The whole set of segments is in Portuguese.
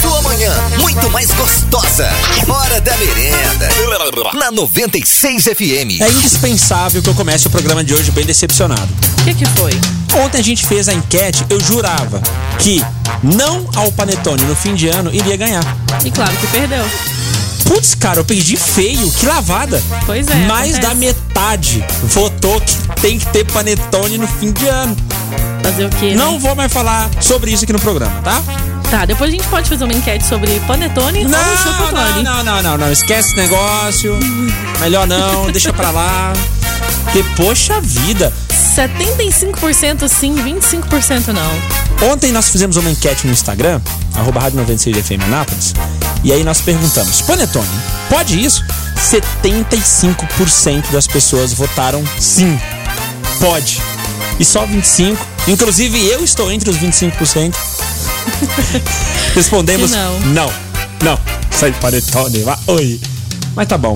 Sua manhã, muito mais gostosa. Hora da merenda. Na 96 FM. É indispensável que eu comece o programa de hoje bem decepcionado. O que, que foi? Ontem a gente fez a enquete, eu jurava que não ao Panetone no fim de ano iria ganhar. E claro que perdeu. Putz, cara, eu perdi feio, que lavada. Pois é, Mais acontece. da metade votou que tem que ter panetone no fim de ano. Fazer o quê? Não vou mais falar sobre isso aqui no programa, tá? né? Tá, depois a gente pode fazer uma enquete sobre panetone ou Não, não, chocotone. não, não, não, não. Esquece esse negócio. Melhor não, deixa pra lá. Porque, poxa vida. 75% sim, 25% não. Ontem nós fizemos uma enquete no Instagram, arroba Rádio 96 FM Anápolis, e aí nós perguntamos, Panetone, pode isso? 75% das pessoas votaram sim, pode. E só 25%, inclusive eu estou entre os 25%, respondemos Que não. não, não, sai Panetone, vá, oi. Mas tá bom.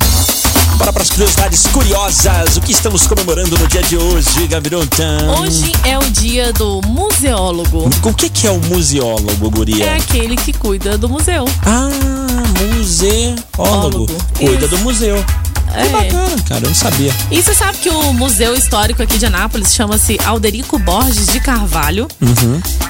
Bora para as curiosidades curiosas, o que estamos comemorando no dia de hoje, Gabirontão? Hoje é o dia do museólogo. O que, que é o museólogo, guria? É aquele que cuida do museu. Ah, museólogo. Ólogo. Cuida Isso. do museu. Que É. bacana, cara. Eu não sabia. E você sabe que o museu histórico aqui de Anápolis chama-se Alderico Borges de Carvalho.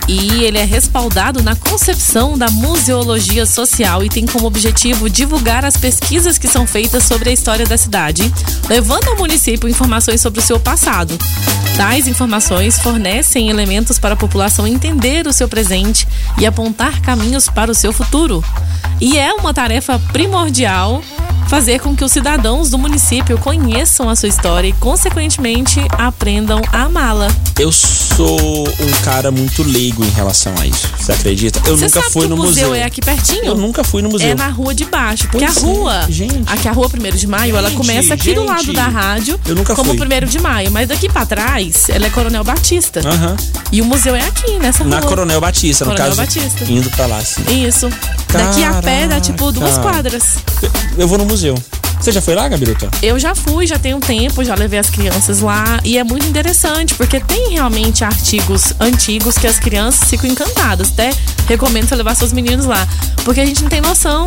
E ele é respaldado na concepção da museologia social e tem como objetivo divulgar as pesquisas que são feitas sobre a história da cidade, levando ao município informações sobre o seu passado. Tais informações fornecem elementos para a população entender o seu presente e apontar caminhos para o seu futuro. E é uma tarefa primordial fazer com que os cidadãos do município conheçam a sua história e, consequentemente, aprendam a amá-la. Eu sou um cara muito leigo em relação a isso. Você acredita? Eu Você nunca sabe fui que no o museu, museu. é aqui pertinho? Eu nunca fui no museu. É na rua de baixo, porque Pois a é, rua, gente. aqui a rua 1 de maio, ela Gente, começa aqui do lado gente. da rádio, Eu nunca como fui. 1 de maio, mas daqui pra trás, ela é Coronel Batista. Aham. E o museu é aqui, nessa Na rua. Coronel Batista, no caso. Coronel Batista. Indo pra lá, assim. Isso. Daqui a pé dá tipo duas Caraca. quadras. Eu vou no museu. Você já foi lá, Gabiruta? Eu já fui, já tem um tempo, já levei as crianças lá e é muito interessante porque tem realmente artigos antigos que as crianças ficam encantadas. Até recomendo você levar seus meninos lá, porque a gente não tem noção,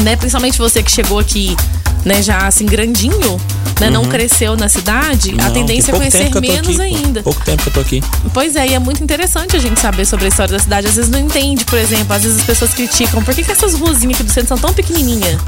né? Principalmente você que chegou aqui, né, já assim grandinho, né, não cresceu na cidade, a Uhum. Não, tendência é tem pouco conhecer tempo que eu tô menos aqui, pô. ainda. Pouco tempo que eu tô aqui. Pois é, e é muito interessante a gente saber sobre a história da cidade. Às vezes não entende, por exemplo, às vezes as pessoas criticam. Por que, que essas ruazinhas aqui do centro são tão pequenininhas?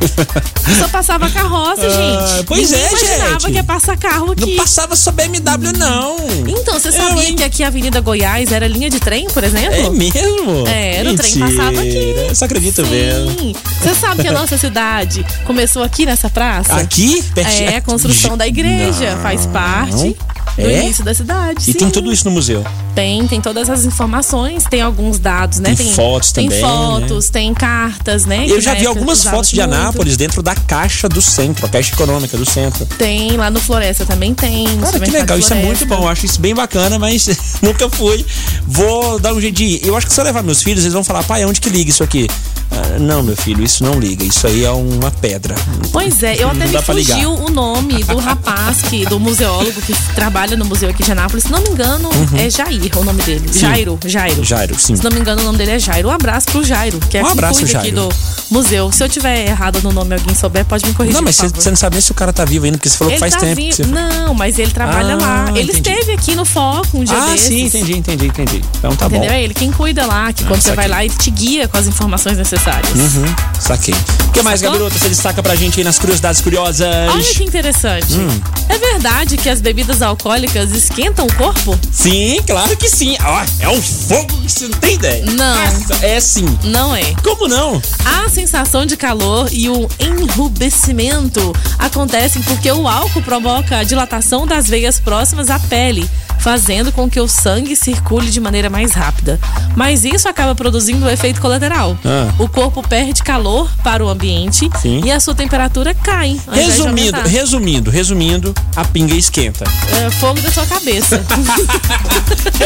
Só passava carroça, gente. Ah, pois Ninguém é, imaginava gente. que ia passar carro Não aqui. passava só BMW, não. Então, você Eu, sabia hein? que aqui a Avenida Goiás era linha de trem, por exemplo? É mesmo? É, era o trem passava aqui. né? Mentira. Eu só acredito mesmo. Sim. Você sabe que a nossa cidade começou aqui nessa praça? Aqui? Pertinho? É, a construção da igreja Não. faz parte do É? início da cidade. E tem sim. tudo isso no museu. Tem, tem todas as informações, tem alguns dados, né? Tem fotos tem também, fotos, tem cartas, né? Eu Que já na vi época algumas usava fotos de muito. Anápolis dentro da caixa do centro, a caixa econômica do centro. Tem, lá no Floresta também tem. Cara, no que supermercado legal, isso é muito Floresta. bom. Eu acho isso bem bacana, mas nunca fui. Vou dar um jeito de ir. Eu acho que se eu levar meus filhos, eles vão falar, pai, onde que liga isso aqui? Ah, não, meu filho, isso não liga. Isso aí é uma pedra. Pois é, eu Não até dá me pra ligar. fugiu o nome do rapaz, que, do museólogo que trabalha no museu aqui de Anápolis. Se não me engano, Uhum. é Jair o nome dele. Jairo, Jairo. Jairo, sim. Se não me engano, o nome dele é Jairo. Um abraço pro Jairo, que é Um quem abraço, cuida aqui Jairo. do museu. Se eu tiver errada no nome, alguém souber, pode me corrigir, Não, mas por você favor. você não sabe nem se o cara tá vivo ainda, porque você falou Ele que faz tá tempo. vindo- que você foi. Não, mas ele trabalha Ah, lá. Ele entendi. esteve aqui no Foco um dia Ah, desses. sim, entendi, entendi, entendi. Então tá bom. Ah, Entendeu? É ele quem cuida lá, que quando isso você vai aqui. lá, ele te guia com as informações necessárias. Hum, saquei. O que mais, Sacou? Gabiroto, você destaca pra gente aí nas curiosidades curiosas? Olha que interessante. Hum. É verdade que as bebidas alcoólicas esquentam o corpo? Sim, claro que sim. Ó, é um fogo que você não tem ideia. Não. Nossa, é sim. Não é. Como não? A sensação de calor e o enrubescimento acontecem porque o álcool provoca a dilatação das veias próximas à pele, fazendo com que o sangue circule de maneira mais rápida. Mas isso acaba produzindo o efeito colateral. Ah. O corpo perde calor para o ambiente Sim. e a sua temperatura cai. ao invés de Resumindo, aumentar. resumindo, resumindo, a pinga esquenta. É, fogo da sua cabeça.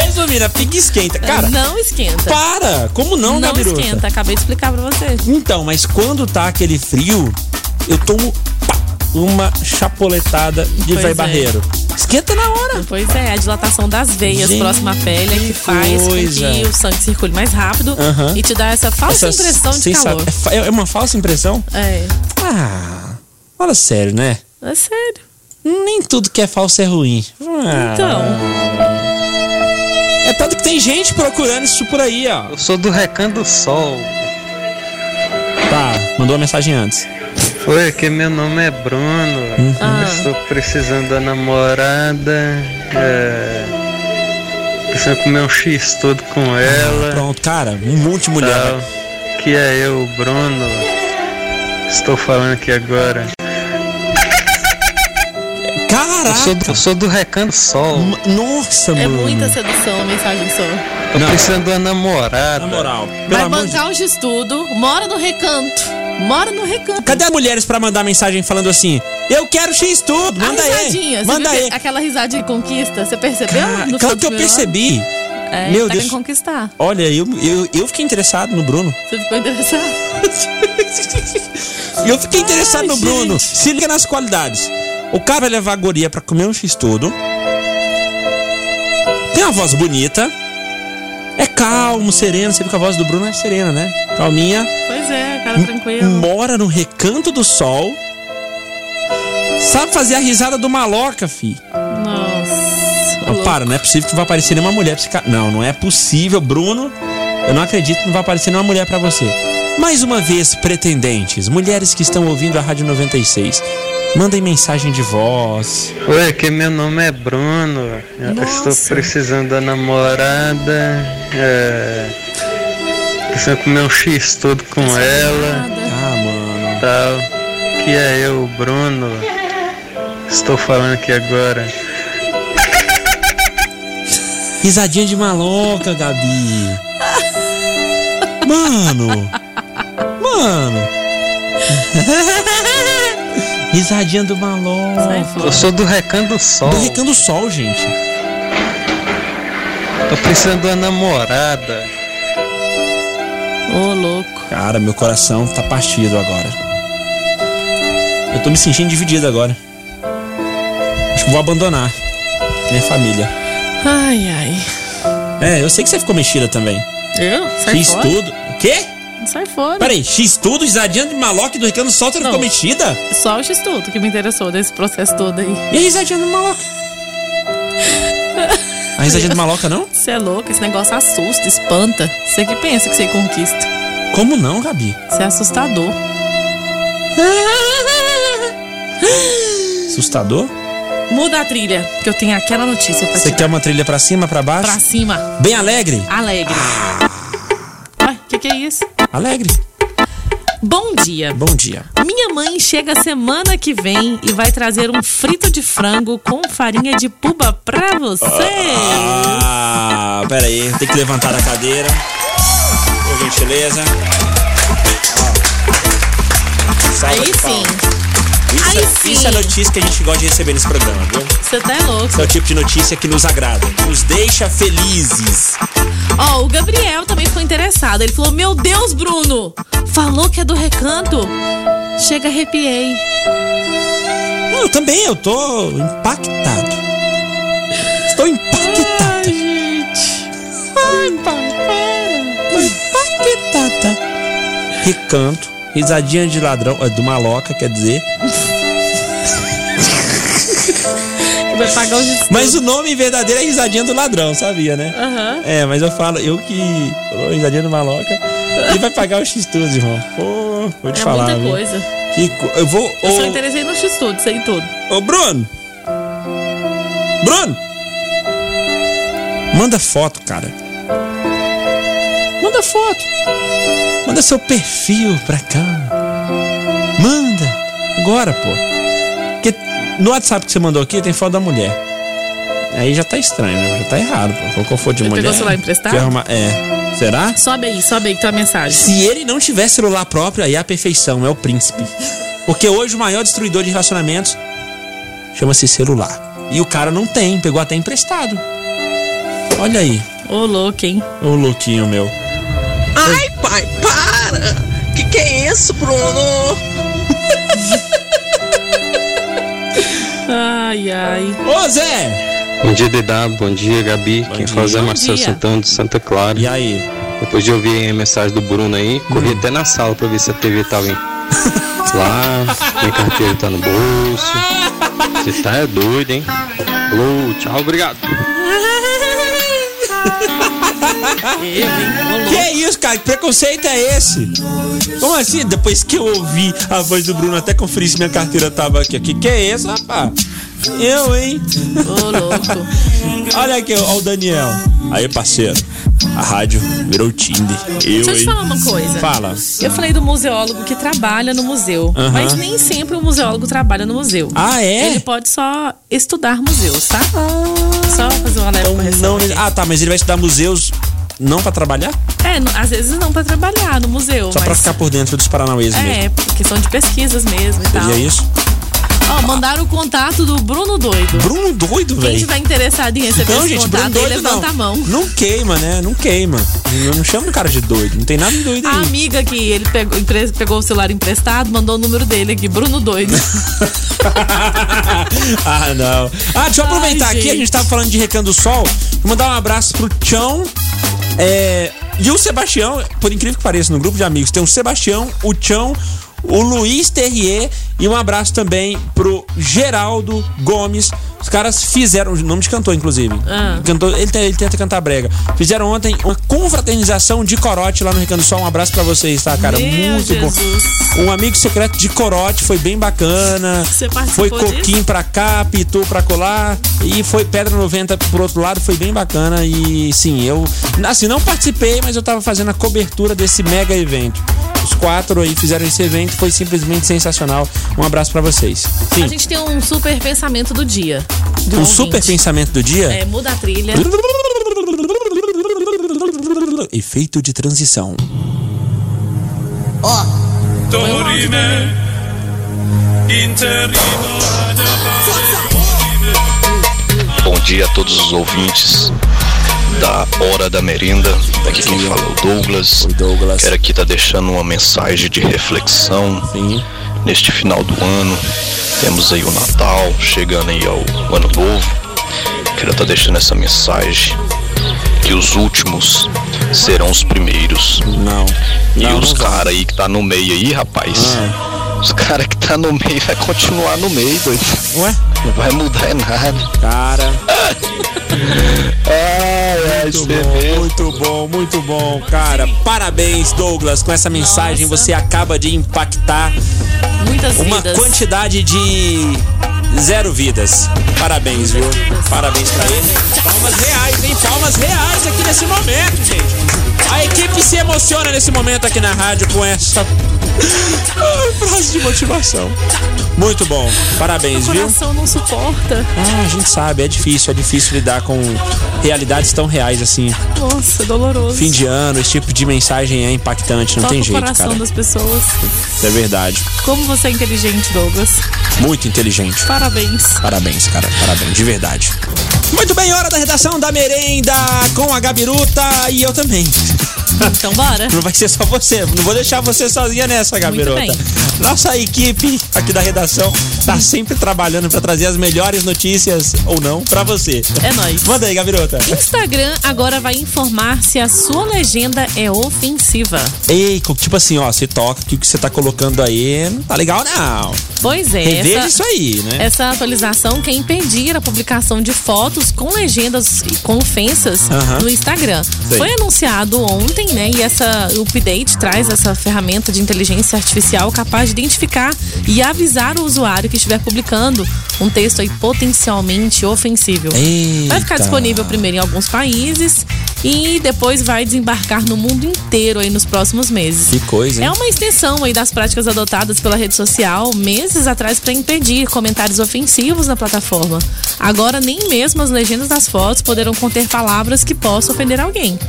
Resumindo, a pinga esquenta. Cara, não esquenta. para! Como não, não Gabiruta? esquenta, acabei de explicar pra você. Então, mas quando tá aquele frio, eu tomo pá, uma chapoletada de Pois vai é. barreiro. Esquenta na hora. Pois é, a dilatação das veias Gente, próxima à pele é que faz com coisa. que o sangue circule mais rápido Aham. e te dá essa falsa impressão de sensa- calor. é fa- É uma falsa impressão? É, Ah, fala sério, né? é sério. Nem tudo que é falso é ruim. Ah, Então, É tanto que tem gente procurando isso por aí, ó. Eu sou do Recanto do Sol. Tá, mandou uma mensagem antes. Oi, que meu nome é Bruno. Ah. Estou precisando da namorada. é, Precisando comer um X todo com ela. Pronto, cara, um monte de mulher. tal. Que é eu, Bruno. Estou falando aqui agora. Eu sou do, Caraca! eu sou do Recanto do Sol. M- Nossa, é mano. muita sedução a mensagem só. Estou Não. precisando da Na namorada. moral. Pelo Vai amor de... bancar os de estudo, mora no recanto. Mora no recanto. Cadê as mulheres pra mandar mensagem falando assim? Eu quero X tudo, manda a é risadinha, aí. você Manda viu aí. que- aquela risadinha de conquista, você percebeu? no Claro que eu primeiro percebi. ano? É, Meu tá Deus. querendo conquistar. Olha, eu, eu, eu fiquei interessado no Bruno. Você ficou interessado? Eu fiquei interessado Ai, no Bruno. gente. Se liga nas qualidades. O cara vai levar a guria pra comer um x-tudo. Tem uma voz bonita. É calmo, sereno. Você vê que a voz do Bruno é serena, né? Calminha. Pois é, cara tranquilo. Mora no recanto do sol. Sabe fazer a risada do maloca, fi. Nossa. Não, louco. para, não é possível que não vai aparecer nenhuma mulher pra esse cara. Não, não é possível, Bruno. Eu não acredito que não vai aparecer nenhuma mulher pra você. Mais uma vez, pretendentes, mulheres que estão ouvindo a Rádio 96, mandem mensagem de voz. Oi, que meu nome é Bruno. Eu Nossa. Estou precisando da namorada. É... Precisando comer um X todo com ela. Nada. Ah, mano. Tal. Que é eu, Bruno. Estou falando aqui agora. Risadinha de maloca, Gabi. Mano. Mano. Risadinha do Sai maloca. fora. Eu sou do Recanto do Sol. Do Recando Sol, gente. Estou precisando da namorada. Ô, louco. Cara, meu coração tá partido agora. Eu tô me sentindo dividido agora. Acho que vou abandonar minha família. Ai, ai. É, eu sei que você ficou mexida também. Eu? Sai X fora. tudo. O quê? Sai fora. Peraí, X tudo, risadinha de maloca e do Ricardo Sol, você não Não. ficou mexida? Só o X-Tudo que me interessou desse processo todo aí. E a risadinha do maloca? A risadinha do maloca não? Você é louco, esse negócio assusta, espanta. Você que pensa que você conquista. Como não, Gabi? Você é assustador. Assustador? Muda a trilha, que eu tenho aquela notícia pra Você te quer uma trilha pra cima, pra baixo? tá. Pra cima, Bem alegre? alegre. Ah. Ué, que que é isso? Alegre. Bom dia. Bom dia. Minha mãe chega semana que vem e vai trazer um frito de frango com farinha de puba pra você. Ah, pera aí, tem que levantar a cadeira. Por gentileza. Salva Aí de sim. palmas. Isso, Aí é- sim. isso é notícia que a gente gosta de receber nesse programa, viu? Você tá é louco. Esse é o tipo de notícia que nos agrada, que nos deixa felizes. Ó, o Gabriel também ficou interessado. Ele falou: Meu Deus, Bruno! Falou que é do recanto. Chega, arrepiei. Não, Eu também, eu tô impactado. Estou impactada. Ai, gente. Ai, pai, para. Tô impactada. Recanto, risadinha de ladrão, é, do maloca, quer dizer. Que Vai pagar os estudos. Mas o nome verdadeiro é risadinha do ladrão, sabia, né? Aham. É, mas eu falo, eu que. Ô, risadinha do maloca. E vai pagar o X tudo, irmão. Pô, vou te É falar. muita viu? coisa. Que co- Eu vou. Eu só Ô, interessei no X-Tudo, sei tudo. ô, Bruno! Bruno! Manda foto, cara. Manda foto. Manda seu perfil pra cá. Manda. Agora, pô. Porque no WhatsApp que você mandou aqui tem foto da mulher. Aí já tá estranho, né? Já tá errado, pô. Colocou foto de Ele mulher. pegou o celular emprestado? quer arrumar- É. Será? Sobe aí, sobe aí que tem uma mensagem. Se ele não tiver celular próprio, aí é a perfeição, é o príncipe. Porque hoje o maior destruidor de relacionamentos chama-se celular. E o cara não tem, pegou até emprestado. Olha aí, Ô, louco, hein? o louquinho meu. Ai, pai, para! Que que é isso, Bruno? Ai, ai. Ô Zé! Bom dia, Dedá. Bom dia, Gabi. Quem dia. faz é Bom Marcelo dia. Santana de Santa Clara. E aí? Depois de ouvir a mensagem do Bruno aí, corri até na sala pra ver se a TV tava em... lá, minha carteira tá no bolso. Você tá é doido, hein? Alô, tchau, obrigado. Eu, hein? Ô, louco. Que isso, cara? Que preconceito é esse? Como assim? Depois que eu ouvi a voz do Bruno, até conferi se minha carteira tava aqui. Que que é isso, rapaz? Eu, hein? Ô, louco. Olha aqui, ó, o Daniel. Aí, parceiro, a rádio virou Tinder. Eu, Deixa eu te hein? falar uma coisa. Fala. Eu falei do museólogo que trabalha no museu, Aham. mas nem sempre o museólogo trabalha no museu. Ah, Ele é? pode só estudar museus, tá? Só fazer uma leve correção. Não, ele- ah, tá, mas ele vai estudar museus não pra trabalhar? É, n- às vezes não pra trabalhar no museu, Só mas... pra ficar por dentro dos Paranauês mesmo. É, por questão de pesquisas mesmo e tal. Seria isso? Ó, mandaram o contato do Bruno Doido. Bruno doido, Quem velho. tiver interessado em receber Não, esse gente, Bruno contato, aí doido levanta não. a mão. Não queima, né? Não queima. Eu não chamo o cara de doido. Não tem nada de doido A aí. amiga que ele pegou, empre- pegou o celular emprestado, mandou o número dele aqui, Bruno Doido. ah, não. Ah, deixa eu aproveitar Ai, aqui, a gente. gente tava falando de Recanto do Sol. Vou mandar um abraço pro Chão. é, e o Sebastião, por incrível que pareça, no grupo de amigos, tem o Sebastião, o Chão, o Luiz Terrier e um abraço também pro Geraldo Gomes. Os caras fizeram, o nome de cantor, inclusive. Ah. Cantor, ele, te- ele tenta cantar brega. Fizeram ontem uma confraternização de corote lá no Recanto do Sol. Um abraço pra vocês, tá, cara? Meu Muito bom. Jesus. Um amigo secreto de corote, foi bem bacana. Você Foi participou disso? coquinho pra cá, pitou pra colar e foi pedra 90 pro outro lado, foi bem bacana e sim, eu assim não participei, mas eu tava fazendo a cobertura desse mega evento. Os quatro aí fizeram esse evento, foi simplesmente sensacional. Um abraço pra vocês. A Sim. gente tem um super pensamento do dia. Do Um ouvinte. super pensamento do dia. É, muda a trilha. Efeito de transição. Torine, Bom dia a todos os ouvintes da Hora da Merenda. Aqui quem fala é o Douglas. Oi, Douglas. Quero aqui estar deixando uma mensagem de reflexão Sim. neste final do ano. Temos aí o Natal, chegando aí ao Ano Novo. Quero estar deixando essa mensagem que os últimos serão os primeiros. Não. E Não, os não vai. Ah. caras aí que tá no meio aí, rapaz. Os caras que tá no meio vai continuar no meio, doido. Ué? Não vai mudar é nada. Cara. Ah, é, Muito bom, muito bom, muito bom, cara. Parabéns, Douglas. Com essa mensagem Nossa. você acaba de impactar Muitas uma vidas. quantidade de zero vidas. Parabéns, viu? Parabéns pra ele. Palmas reais, hein? Palmas reais aqui nesse momento, gente. A equipe se emociona nesse momento aqui na rádio com essa Ai, frase de motivação. Muito bom. Parabéns, O viu? coração não suporta. Ah, a gente sabe, é difícil, é difícil lidar com realidades tão reais assim. Nossa, doloroso. Fim de ano, esse tipo de mensagem é impactante, não Toca tem o jeito, coração cara. das pessoas. É verdade. Como você é inteligente, Douglas. Muito inteligente. Parabéns. Parabéns, cara. Parabéns, de verdade. Muito bem, hora da redação da merenda com a Gabiruta e eu também. Então bora. Não vai ser só você, não vou deixar você sozinha nessa, Gabiruta. bem. Nossa equipe aqui da redação tá sempre trabalhando pra trazer as melhores notícias ou não pra você. É nóis. Manda aí, Gabiruta. Instagram agora vai informar se a sua legenda é ofensiva. Ei, co- tipo assim, ó, se toca que o que você tá colocando aí não tá legal, não. Pois é. Reveja essa- é isso aí, né? Essa atualização quer impedir a publicação de fotos com legendas e com ofensas Aham. no Instagram. Sei. Foi anunciado ontem, né? E essa o update traz essa ferramenta de inteligência artificial capaz de identificar e avisar o usuário que estiver publicando um texto aí potencialmente ofensivo. Vai ficar Eita. disponível primeiro em alguns países E depois vai desembarcar no mundo inteiro aí nos próximos meses. Que coisa, hein? É uma extensão aí das práticas adotadas pela rede social meses atrás para impedir comentários ofensivos na plataforma. Agora nem mesmo as legendas das fotos poderão conter palavras que possam ofender alguém.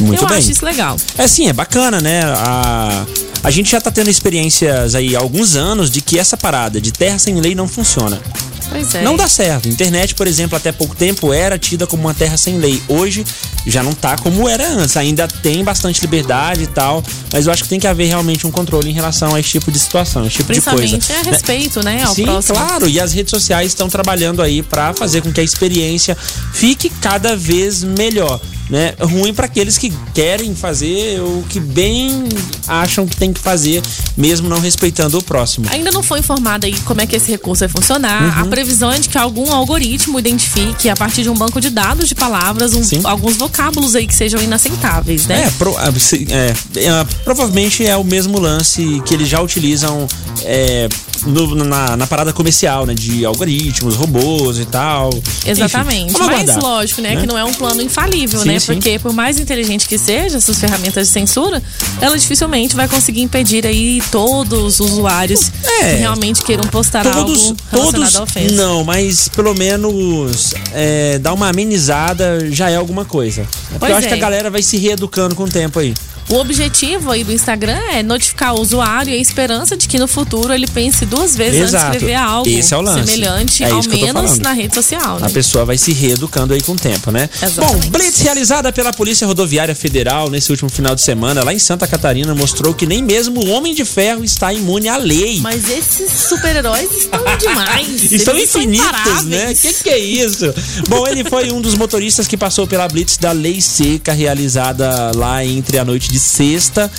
Muito Eu bem. acho isso legal. É sim, é bacana, né? A, a gente já tá tendo experiências aí há alguns anos de que essa parada de terra sem lei não funciona. Pois é. Não dá certo. Internet, por exemplo, até pouco tempo era tida como uma terra sem lei. Hoje já não tá como era antes. Ainda tem bastante liberdade e tal, mas eu acho que tem que haver realmente um controle em relação a esse tipo de situação, esse tipo de coisa. Principalmente a respeito, né? Ao Sim, próximo. claro. E as redes sociais estão trabalhando aí para fazer com que a experiência fique cada vez melhor, né? Ruim para aqueles que querem fazer o que bem acham que tem que fazer, mesmo não respeitando o próximo. Ainda não foi informada aí como é que esse recurso vai Uhum. funcionar. A previsão é de que algum algoritmo identifique, a partir de um banco de dados de palavras, um- Sim. alguns vocábulos aí que sejam inaceitáveis, né? É, pro- ah, se- é, é, provavelmente é o mesmo lance que eles já utilizam é, no- na, na parada comercial, né? De algoritmos, robôs e tal. É, Enfim, Exatamente. vamos Mas aguardar, lógico, né, que não é um plano infalível, Sim, né? sim. Porque por mais inteligente que seja essas ferramentas de censura, ela dificilmente vai conseguir impedir aí todos os usuários É. que realmente queiram postar algo relacionado todos à ofensa. não, mas pelo menos é, dar uma amenizada já é alguma coisa. Porque Pois eu acho é. que a galera vai se reeducando com o tempo aí. O objetivo aí do Instagram é notificar o usuário e a esperança de que no futuro ele pense duas vezes antes Exato. de escrever algo Esse é o lance. semelhante, É ao isso que eu tô menos falando. na rede social. Né? A pessoa vai se reeducando aí com o tempo, né? Exatamente. Bom, blitz realizada pela Polícia Rodoviária Federal nesse último final de semana lá em Santa Catarina mostrou que nem mesmo o Homem de Ferro está imune à lei. Mas esses super-heróis estão demais. Estão Eles são infinitos, imparáveis. né? Que que é isso? Bom, ele foi um dos motoristas que passou pela blitz da Lei Seca realizada lá entre a noite de sexta,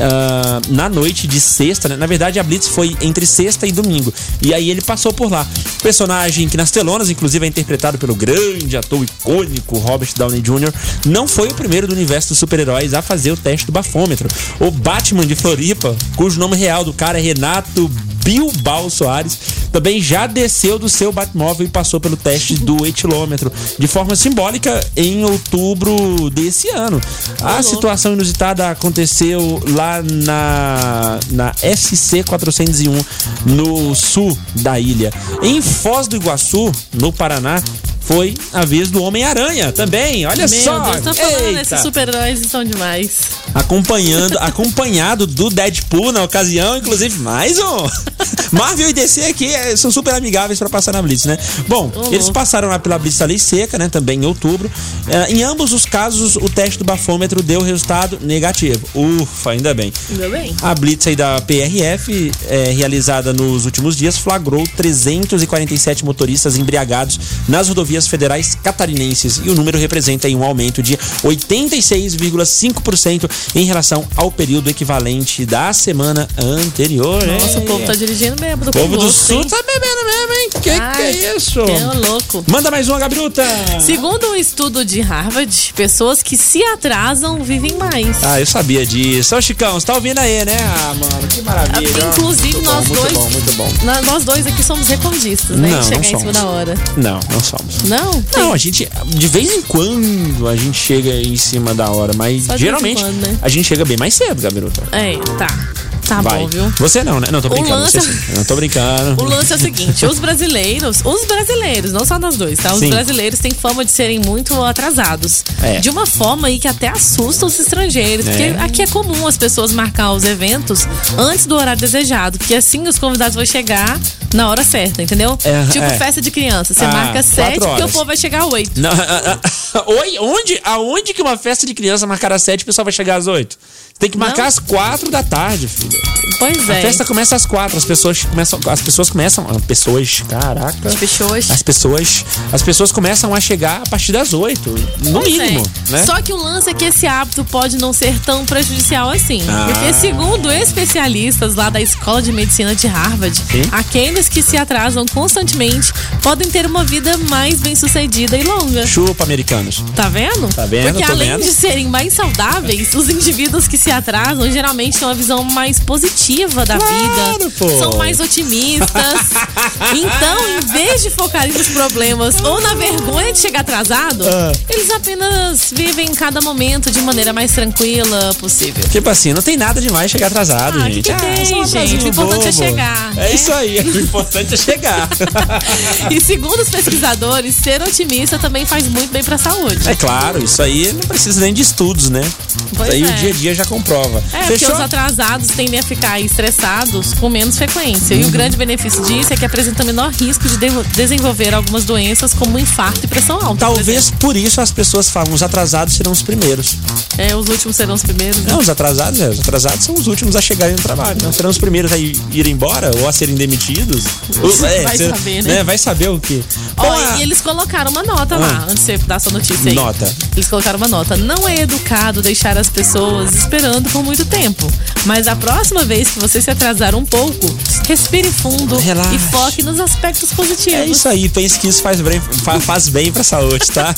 ah, na noite de sexta, né? Na verdade, a blitz foi entre sexta e domingo. E aí ele passou por lá. O personagem que nas telonas, inclusive, é interpretado pelo grande ator icônico Robert Downey Jr., não foi o primeiro do universo dos super-heróis a fazer o teste do bafômetro. O Batman de Floripa, cujo nome real do cara é Renato Bilbao Soares também já desceu do seu Batmóvel e passou pelo teste do etilômetro de forma simbólica em outubro desse ano. A situação inusitada aconteceu lá na, na SC-401, no sul da ilha. Em Foz do Iguaçu, no Paraná, foi a vez do Homem-Aranha também. Olha Meu só! Deus, tô falando, né? Eita! esses super-heróis estão demais. acompanhando, acompanhado do Deadpool na ocasião, inclusive mais um. Marvel e DC aqui eh, são super amigáveis pra passar na Blitz, né? Bom, louco. eles passaram lá pela Blitz da Lei Seca, né? Também em outubro. Eh, em ambos os casos, o teste do bafômetro deu resultado negativo. Ufa, ainda bem. Ainda bem. A blitz aí da PRF, é, realizada nos últimos dias, flagrou 347 motoristas embriagados nas rodovias federais catarinenses. E o número representa aí um aumento de 86,5% em relação ao período equivalente da semana anterior. Nossa, o Ei. povo tá dirigindo bêbado. O povo com do gosto, Sul hein? tá bebendo mesmo, hein? Que que Ai, é isso? Que um louco. Manda mais uma, Gabiruta! Segundo um estudo de Harvard, pessoas que se atrasam vivem mais. Ah, eu sabia disso. Ô, Chicão, você tá ouvindo aí, né? Ah, mano, que maravilha. ó. Inclusive, Muito bom, nós dois. Muito bom, muito bom. na- Nós dois aqui somos recordistas, né? Não, Chegar não em cima somos. da hora. Não, não somos. Não? Não, a gente, de vez em quando, a gente chega em cima da hora, mas Só de geralmente vez em quando, né? a gente chega bem mais cedo, Gabiruta. É, tá. Tá Vai. bom, viu? Você não, né? Não, tô brincando. lance- Você, sim. não tô brincando. O lance é o seguinte, os brasileiros, os brasileiros, não só nós dois, tá? Os Sim. brasileiros têm fama de serem muito atrasados. É. De uma forma aí que até assusta os estrangeiros, porque É. aqui é comum as pessoas marcar os eventos antes do horário desejado, porque assim os convidados vão chegar na hora certa, entendeu? É, tipo é. festa de criança, você Ah, marca quatro sete porque o horas. povo vai chegar às oito. Não, ah, ah, Oi, onde, aonde que uma festa de criança marcar às sete e o pessoal vai chegar às oito? Tem que marcar Não. às quatro da tarde, filho. Pois A é. festa começa às quatro, as pessoas começam, as pessoas começam, ah, pessoas, caraca. As pessoas. As pessoas, as pessoas começam a chegar a partir das oito, no Pois é. mínimo, né? Só que o lance é que esse hábito pode não ser tão prejudicial assim. Ah. Porque, segundo especialistas lá da Escola de Medicina de Harvard, aqueles que se atrasam constantemente podem ter uma vida mais bem-sucedida e longa. Chupa, americanos. Tá vendo? Tá vendo, Porque tô além vendo. de serem mais saudáveis, os indivíduos que se atrasam geralmente têm uma visão mais positiva da vida. pô. São mais otimistas. então, em vez de focarem nos problemas ou na vergonha de chegar atrasado, Ah. eles apenas vivem cada momento de maneira mais tranquila possível. Tipo assim, não tem nada demais chegar atrasado, Ah, que gente. que tem, só um gente? atrasinho O importante é bobo. chegar, É né? isso aí, o importante é chegar. E segundo os pesquisadores, ser otimista também faz muito bem pra saúde. é claro, isso aí não precisa nem de estudos, né? Pois isso aí é. o dia a dia já comprova. É, Fechou? porque os atrasados tendem a ficar estressados com menos frequência. Uhum. E o grande benefício disso é que apresenta menor risco de devo- desenvolver algumas doenças como infarto e pressão alta. por Talvez por isso as pessoas falam, os atrasados serão os primeiros. exemplo. É, os últimos serão os primeiros. né? Não, os atrasados, é, os atrasados são os últimos a chegarem no trabalho. Não serão os primeiros a ir, ir embora ou a serem demitidos. Ou- Vai ser- saber, né? Vai saber o quê? Bom, Ó, é a- e eles colocaram uma nota lá, Ah. antes de você dar sua notícia aí. Nota. Eles colocaram uma nota. Não é educado deixar as pessoas esperando por muito tempo. Mas a próxima vez que você se atrasar um pouco, respire fundo Relaxa. e foque nos aspectos positivos. É isso aí, pense que isso faz bem, fa- faz bem pra saúde, tá?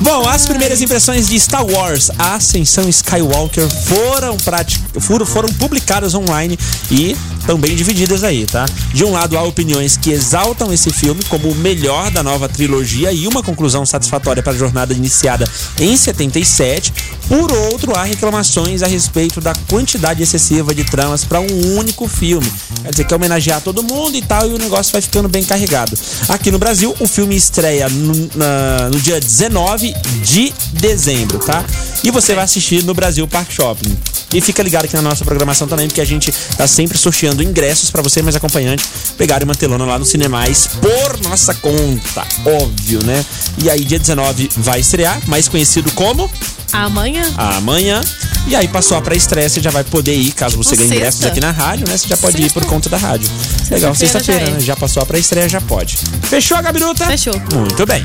Bom, as primeiras impressões de Star Wars, a Ascensão Skywalker, foram, prati- foram, foram publicadas online e também divididas aí, tá? De um lado, há opiniões que exaltam esse filme como o melhor da nova trilogia e uma conclusão satisfatória para a jornada iniciada em 77. Por outro, há reclamações a respeito da quantidade excessiva de tramas para um único filme. Quer dizer, quer Então, homenagear todo mundo e tal, e o negócio vai ficando bem carregado. Aqui no Brasil, o filme estreia no, na- no dia 19 de dezembro, tá? E você vai assistir no Brasil Park Shopping. E fica ligado aqui na nossa programação também, porque a gente tá sempre sorteando ingressos para você, mais acompanhante, pegarem uma telona lá no Cinemais por nossa conta, óbvio, né? E aí, dia 19 vai estrear, mais conhecido como Amanhã. amanhã. E aí passou a pré-estreia, você já vai poder ir, caso você Tipo, ganhe ingressos sexta. aqui na rádio, né? Você já pode ir por Sexta. conta da rádio. Legal, sexta-feira, já é. né? Já passou a pré-estreia, já pode. Fechou, Gabiruta? Fechou. Muito bem.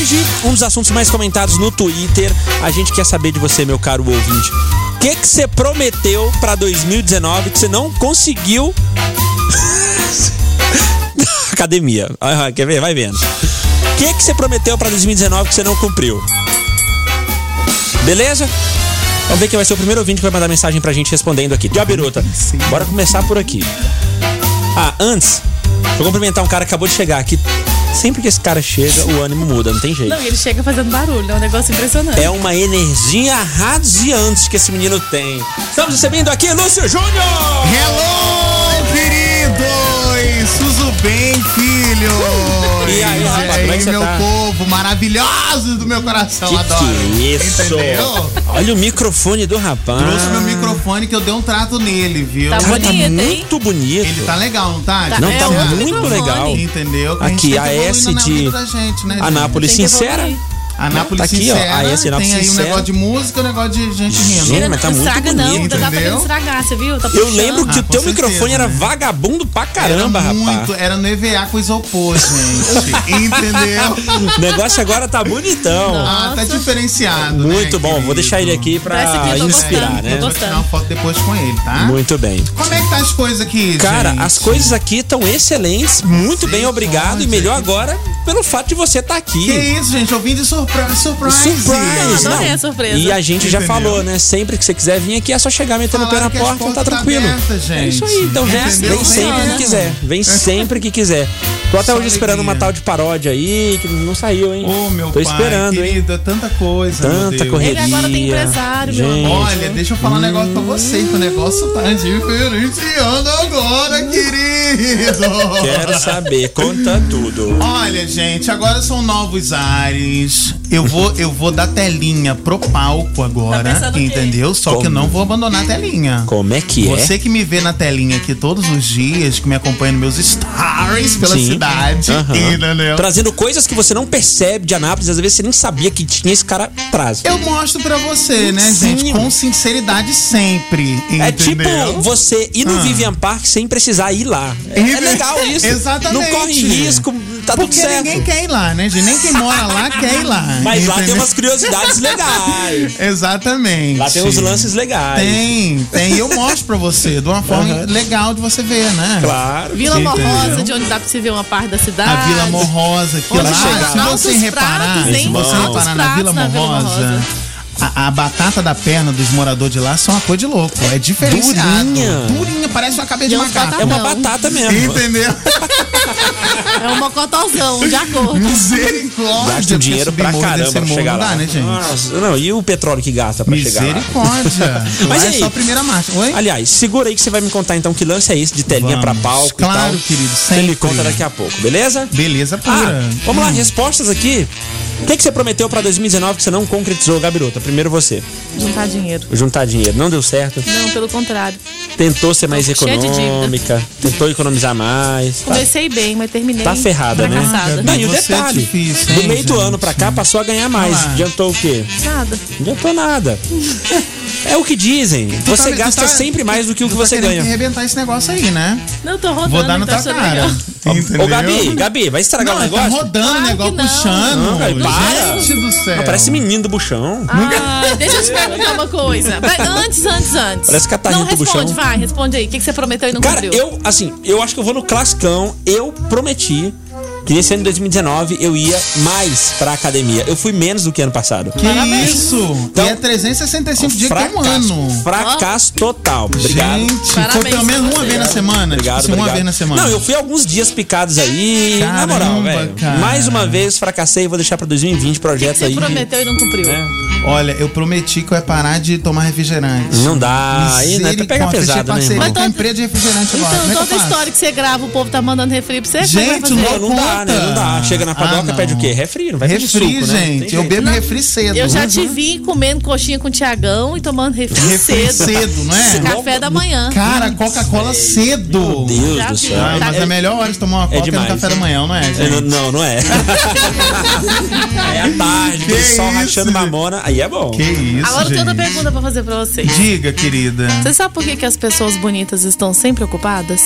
Hoje, um dos assuntos mais comentados no Twitter, a gente quer saber de você, meu caro ouvinte. O que que você prometeu pra 2019 que você não conseguiu? Academia. Ah, Quer ver? Vai vendo. O que que você prometeu pra 2019 que você não cumpriu? Beleza? Vamos ver quem vai ser o primeiro ouvinte que vai mandar mensagem pra gente respondendo aqui. Gabiruta, bora começar por aqui. Ah, antes, vou cumprimentar um cara que acabou de chegar aqui. Sempre que esse cara chega, o ânimo muda, não tem jeito. Não, e ele chega fazendo barulho, é um negócio impressionante. É uma energia radiante que esse menino tem. Estamos recebendo aqui Lúcio Júnior! Hello, queridos! Tudo bem, filhos? E aí, rapaz, como E é que aí, você meu tá? povo maravilhosos do meu coração, Que adoro. que é isso? Entendeu? Olha o microfone do rapaz. Trouxe meu microfone que eu dei um trato nele, viu? Tá Cara, tá Bonito, hein? muito Ele bonito. tá legal, não tá? Tá. Não, É, tá olha o muito microfone. legal. Entendeu? Que Aqui, a, gente tem que a evoluir S na de vida da gente, né, gente? Anápolis Tem que sincera. evoluir. Anápolis Tá aqui, ó, sincera, a S Anápolis tem aí um sincera. negócio de música e um negócio de gente rindo. Gente, Não mas tá muito estraga não, bonito, tá entendeu? querendo estragar, você viu? Tá Eu puxando. lembro que Ah, o com teu certeza, microfone era né? vagabundo pra caramba, era rapaz. muito, era no EVA com isopor, gente. entendeu? O negócio agora tá bonitão. Ah, tá Nossa. diferenciado. né, Muito bom, vou querido? deixar ele aqui pra Parece que eu tô inspirar, gostando, né? tô Vou tirar uma foto depois com ele, tá? Muito bem. Como é que tá as coisas aqui, Cara, gente? as coisas aqui estão excelentes, muito bem, obrigado. E melhor agora pelo fato de você estar Que aqui. isso, gente? Eu vim de surprise. Surprise! Surprise! Ah, adorei não. a surpresa. E a gente já Entendeu? falou, né? Sempre que você quiser vir aqui é só chegar metendo o pé na Falaram que as porta, tá portas tá tranquilo. abertas, gente. É isso aí, então vem, Entendeu? vem sempre Funciona. que quiser. Vem sempre que quiser. Tô até Só hoje esperando alegria. uma tal de paródia aí, que não saiu, hein? Ô, meu Tô pai, esperando, hein? querido, é tanta coisa, meu Tanta Deus. correria. Ele agora tem empresário, meu gente. amor. Olha, deixa eu falar um negócio pra vocês, que o negócio tá diferenciando agora, Hum. querido. Quero saber, conta tudo. Olha, gente, agora são novos ares. Eu vou, eu vou dar telinha pro palco Tá agora, pensando o quê? entendeu? Só que eu não vou abandonar a telinha. Como é que é? Você que me vê na telinha aqui todos os dias, que me acompanha nos meus stories pela Sim. cidade, Aham. entendeu? Trazendo coisas que você não percebe de Anápolis, às vezes você nem sabia que tinha, esse cara traz. Eu mostro pra você, né, Sim. gente? Com sinceridade sempre, entendeu? É tipo você ir no Ah. Vivian Park sem precisar ir lá. É, é legal isso. Exatamente. Não corre risco, tá tudo Porque certo. ninguém quer ir lá, né, gente? Nem quem mora lá quer ir lá. Mas lá tem entendeu? umas curiosidades legais. Exatamente. Lá tem uns lances legais. Tem, tem. E eu mostro pra você, de uma forma legal de você ver, né? Claro. Vila Entendeu? Morrosa, de onde dá pra você ver uma parte da cidade. A Vila Morrosa, que Onde lá, chega? se você Altos reparar, pratos, hein? se você Altos reparar na pratos Vila na Vila Morrosa, Morrosa. A, a batata da perna dos moradores de lá são uma coisa de louco. É diferenciado. Durinha. Durinha, parece uma cabeça de E um uns macaco. É uma Não. batata mesmo. Entendeu? É um mocotozão, de acordo. Misericórdia. Gasta um porque dinheiro subir pra morro caramba desse pra morro chegar não lá. dá, né, gente? Nossa, não, e o petróleo que gasta pra chegar lá? Misericórdia. Mas Mas e aí? é só a primeira marcha. Oi? Aliás, segura aí que você vai me contar então que lance é esse de telinha Vamos. pra palco e Claro, tal. querido, Você me sempre. conta daqui a pouco, beleza? Beleza pura. Ah, vamos lá, Hum. respostas aqui. O que, que você prometeu pra 2019 que você não concretizou, Gabirota? Primeiro você. Juntar dinheiro. Juntar dinheiro. Não deu certo. Não, pelo contrário. Tá. Tentou ser mais cheia de dívida. econômica. Tentou economizar mais. Tá, Comecei bem, mas terminei tá ferrada, né? fracassada. Não, e o Você é detalhe. difícil, do hein, meio do gente? ano pra cá passou a ganhar mais. Ah lá. Adiantou o quê? Nada. Não adiantou nada. É o que dizem. Tu Você tá- gasta tu tá- sempre mais do que o tu que tá você querendo ganha. arrebentar esse negócio aí, né? Não, eu tô rodando, Vou dar na então tua achando cara. legal. Entendeu? Ô, Gabi, Gabi, vai estragar Tá Não, o tá negócio? rodando o Claro negócio, que não. puxando. Não, Gabi, para. Gente do céu. Não, parece menino do buchão. Ah, deixa eu te perguntar uma coisa. Vai, Antes, antes, antes. Parece catarrinho Não, do responde, buchão. vai, responde aí. O que, que você prometeu e não Cara, cumpriu? eu, assim, eu acho que eu vou no classicão. Eu prometi que nesse ano de 2019 eu ia mais pra academia. Eu fui menos do que ano passado. Que Parabéns. isso? Então, e é 365 dias que é um Fracasso. ano. Fracasso total. Obrigado. Gente, foi Parabéns pelo menos pra uma você. vez na semana. Obrigado, tipo, assim, uma obrigado. vez na semana. Não, eu fui alguns dias picados aí. na Caramba, moral, velho. cara. Mais uma vez, fracassei e vou deixar pra 2020 O que, que projetos você aí. É. prometeu e não cumpriu? Olha, eu prometi que eu ia parar de tomar refrigerante. Não dá. Aí né, até pega Misericórdia, pesado, né? tinha irmão? Mas parceiro com todo- a empresa de refrigerante agora. Então, Como é que eu toda faço? história que você grava, o povo tá mandando refri pra você, Gente, como é que vai fazer? Não, não dá, né? Não dá. Conta. Chega na padoca, Ah, pede o não. quê? Refri, não vai pedir Refri, suco, né? Tem gente. Eu jeito. bebo refri cedo. Eu já te vi comendo coxinha com o Tiagão e tomando refri, Uhum. Refri cedo. cedo, não é? Café da manhã. Cara, Coca-Cola cedo. Meu Deus Já do vi. céu. Ah, mas é a melhor hora de tomar uma Coca no demais. café da manhã, não é, gente? É, não- Não, não é. é à tarde, Que o sol isso, rachando gente? mamona. Aí é bom. Que isso, Agora eu tenho outra gente. pergunta pra fazer pra vocês. Diga, querida. Você sabe por que, que as pessoas bonitas estão sempre ocupadas?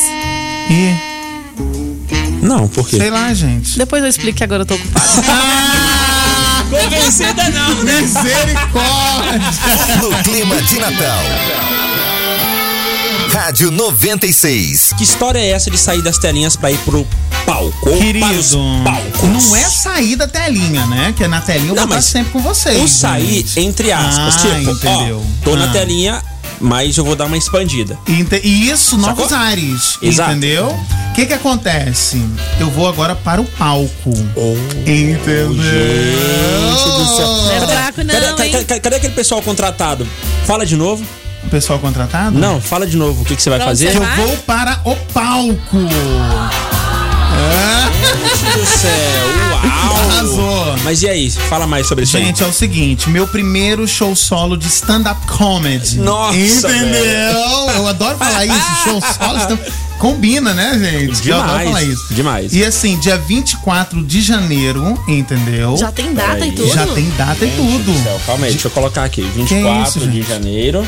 Ih, Não, por quê? sei lá, gente. Depois eu explico que agora eu tô ocupada. Convencida não. Misericórdia! No clima de Natal. Rádio 96. Que história é essa de sair das telinhas pra ir pro palco? Ou para os Querido, palcos? não é sair da telinha, né? Que na telinha eu Não, vou estar mas sempre com vocês. O sair, gente. entre aspas. Ah, tipo, entendeu. ó, tô na Ah. telinha, mas eu vou dar uma expandida. Inte- Isso, novos Sacou? ares. Exato. Entendeu? O que que acontece? Eu vou agora para o palco. Oh, entendeu? Não é fraco, não, cadê, hein? cadê- cadê- cadê aquele pessoal contratado? Fala de novo. O pessoal contratado? Não, fala de novo o que, que você vai Pra onde fazer. você Eu Vai? vou para o palco. É, Meu Deus do céu, uau! Arrasou. Mas e aí? Fala mais sobre isso aí. Gente, é o seguinte, meu primeiro show solo de stand-up comedy. Nossa, Entendeu? velho. Eu adoro falar isso, show solo. stand- Combina, né, gente? Eu adoro Demais, falar isso. demais. E assim, dia 24 de janeiro, entendeu? Já tem data Peraí. e tudo? Já tem data e Gente do tudo. céu, calma aí, deixa eu colocar aqui. 24 é isso, de gente? janeiro.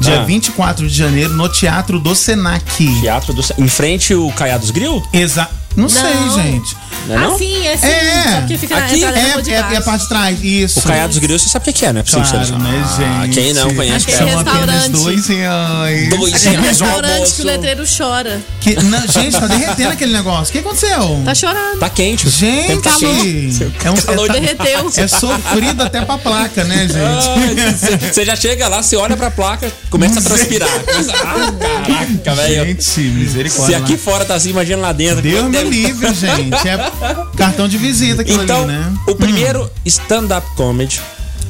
Dia Ah, 24 de janeiro no Teatro do Senac. Teatro do. Ce- Em frente o Caiados Grill? Exa não, sei, Não. gente. Não é não? Ah, sim, é sim. É. Só que fica na Aqui entrada da rua É, de é, baixo. é a parte de trás. Isso. O Caiados Grill você sabe o que é, né? É possível Claro, você não sabe. né, Ah, gente? quem não conhece Aquele São apenas restaurante. dois reais. Dois Aquele né? reais o restaurante almoço. É que o letreiro chora. Que- não, gente, tá derretendo aquele negócio. O que aconteceu? Tá chorando. Tá quente. o Gente, tempo tá quente. é um Calor é, tá- Derreteu. é sofrido até pra placa, né, gente? Ai, Você você já chega lá, você olha pra placa, começa a transpirar. Começa- Ah, caraca, velho. gente, Se misericórdia. aqui lá. fora tá assim, imagina lá dentro. Deus me Deve- livre, gente. É cartão de visita aquilo Então, ali, né? o primeiro stand-up comedy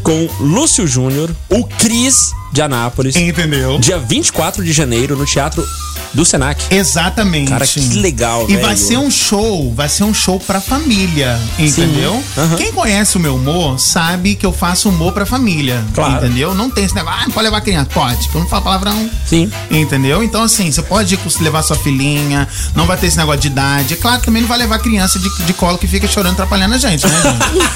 com Lúcio Júnior, o Cris de Anápolis, Entendeu? dia 24 de janeiro no Teatro do Senac. Exatamente. Cara, que legal, E velho. vai ser um show, vai ser um show pra família, entendeu? Aham. Quem conhece o meu humor sabe que eu faço humor pra família, Claro. entendeu? Não tem esse negócio, ah, não pode levar criança, pode, eu não falo palavrão. Sim. Entendeu? Então, assim, você pode ir com- levar sua filhinha, não vai ter esse negócio de idade. É Claro que também não vai levar criança de, de colo que fica chorando, atrapalhando a gente, né, gente?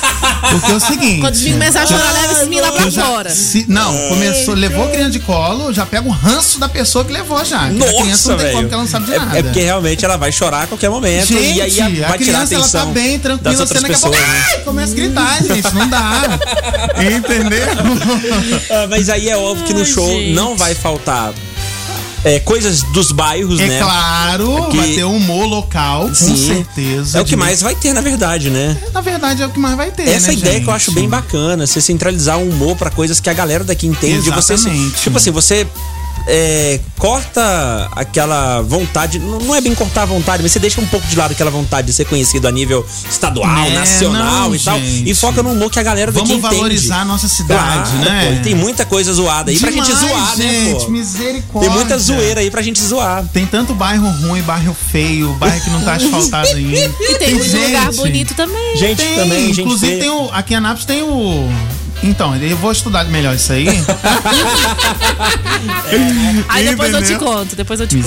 Porque é o seguinte. Quando o menino começar a chorar, leva esse menino lá pra eu já- fora. se- não, começou, levou criança de colo, já pega o ranço da pessoa que levou já. Porque a criança Nossa, não tem como, velho. porque ela não sabe de É- nada. É, porque realmente ela vai chorar a qualquer momento Gente, e aí vai a tirar a criança ela atenção tá bem das tranquila, outras você é daqui a pessoas. pouco né? ai, começa a gritar, gente, não dá. Entendeu? Ah, mas aí é óbvio que no Ai, show gente. não vai faltar é, coisas dos bairros, É né? claro, Que- vai ter humor local, com Sim. certeza. É o que de- mais vai ter, na verdade, né? Na verdade, é o que mais vai ter. Essa né, ideia que eu gente? acho bem bacana, você centralizar o humor pra coisas que a galera daqui entende. Você, se- Exatamente. tipo assim, você é, corta aquela vontade, não não é bem cortar a vontade, mas você deixa um pouco de lado aquela vontade de ser conhecido a nível estadual, Né? nacional Não, e tal, e gente. foca no humor que a galera daqui Vamos entende. valorizar a nossa cidade, Claro, né? pô, e tem muita coisa zoada aí pra gente Demais, zoar, né, gente, pô? misericórdia. Tem muita zoeira aí pra gente zoar. Tem tanto bairro ruim, bairro feio, bairro que não tá asfaltado ainda. E tem muito lugar bonito também. Gente Tem, também, gente. inclusive feia. tem um o. Aqui em Anápolis tem o. Então, eu vou estudar melhor isso aí. Aí depois eu te Entendeu? conto, depois eu te conto.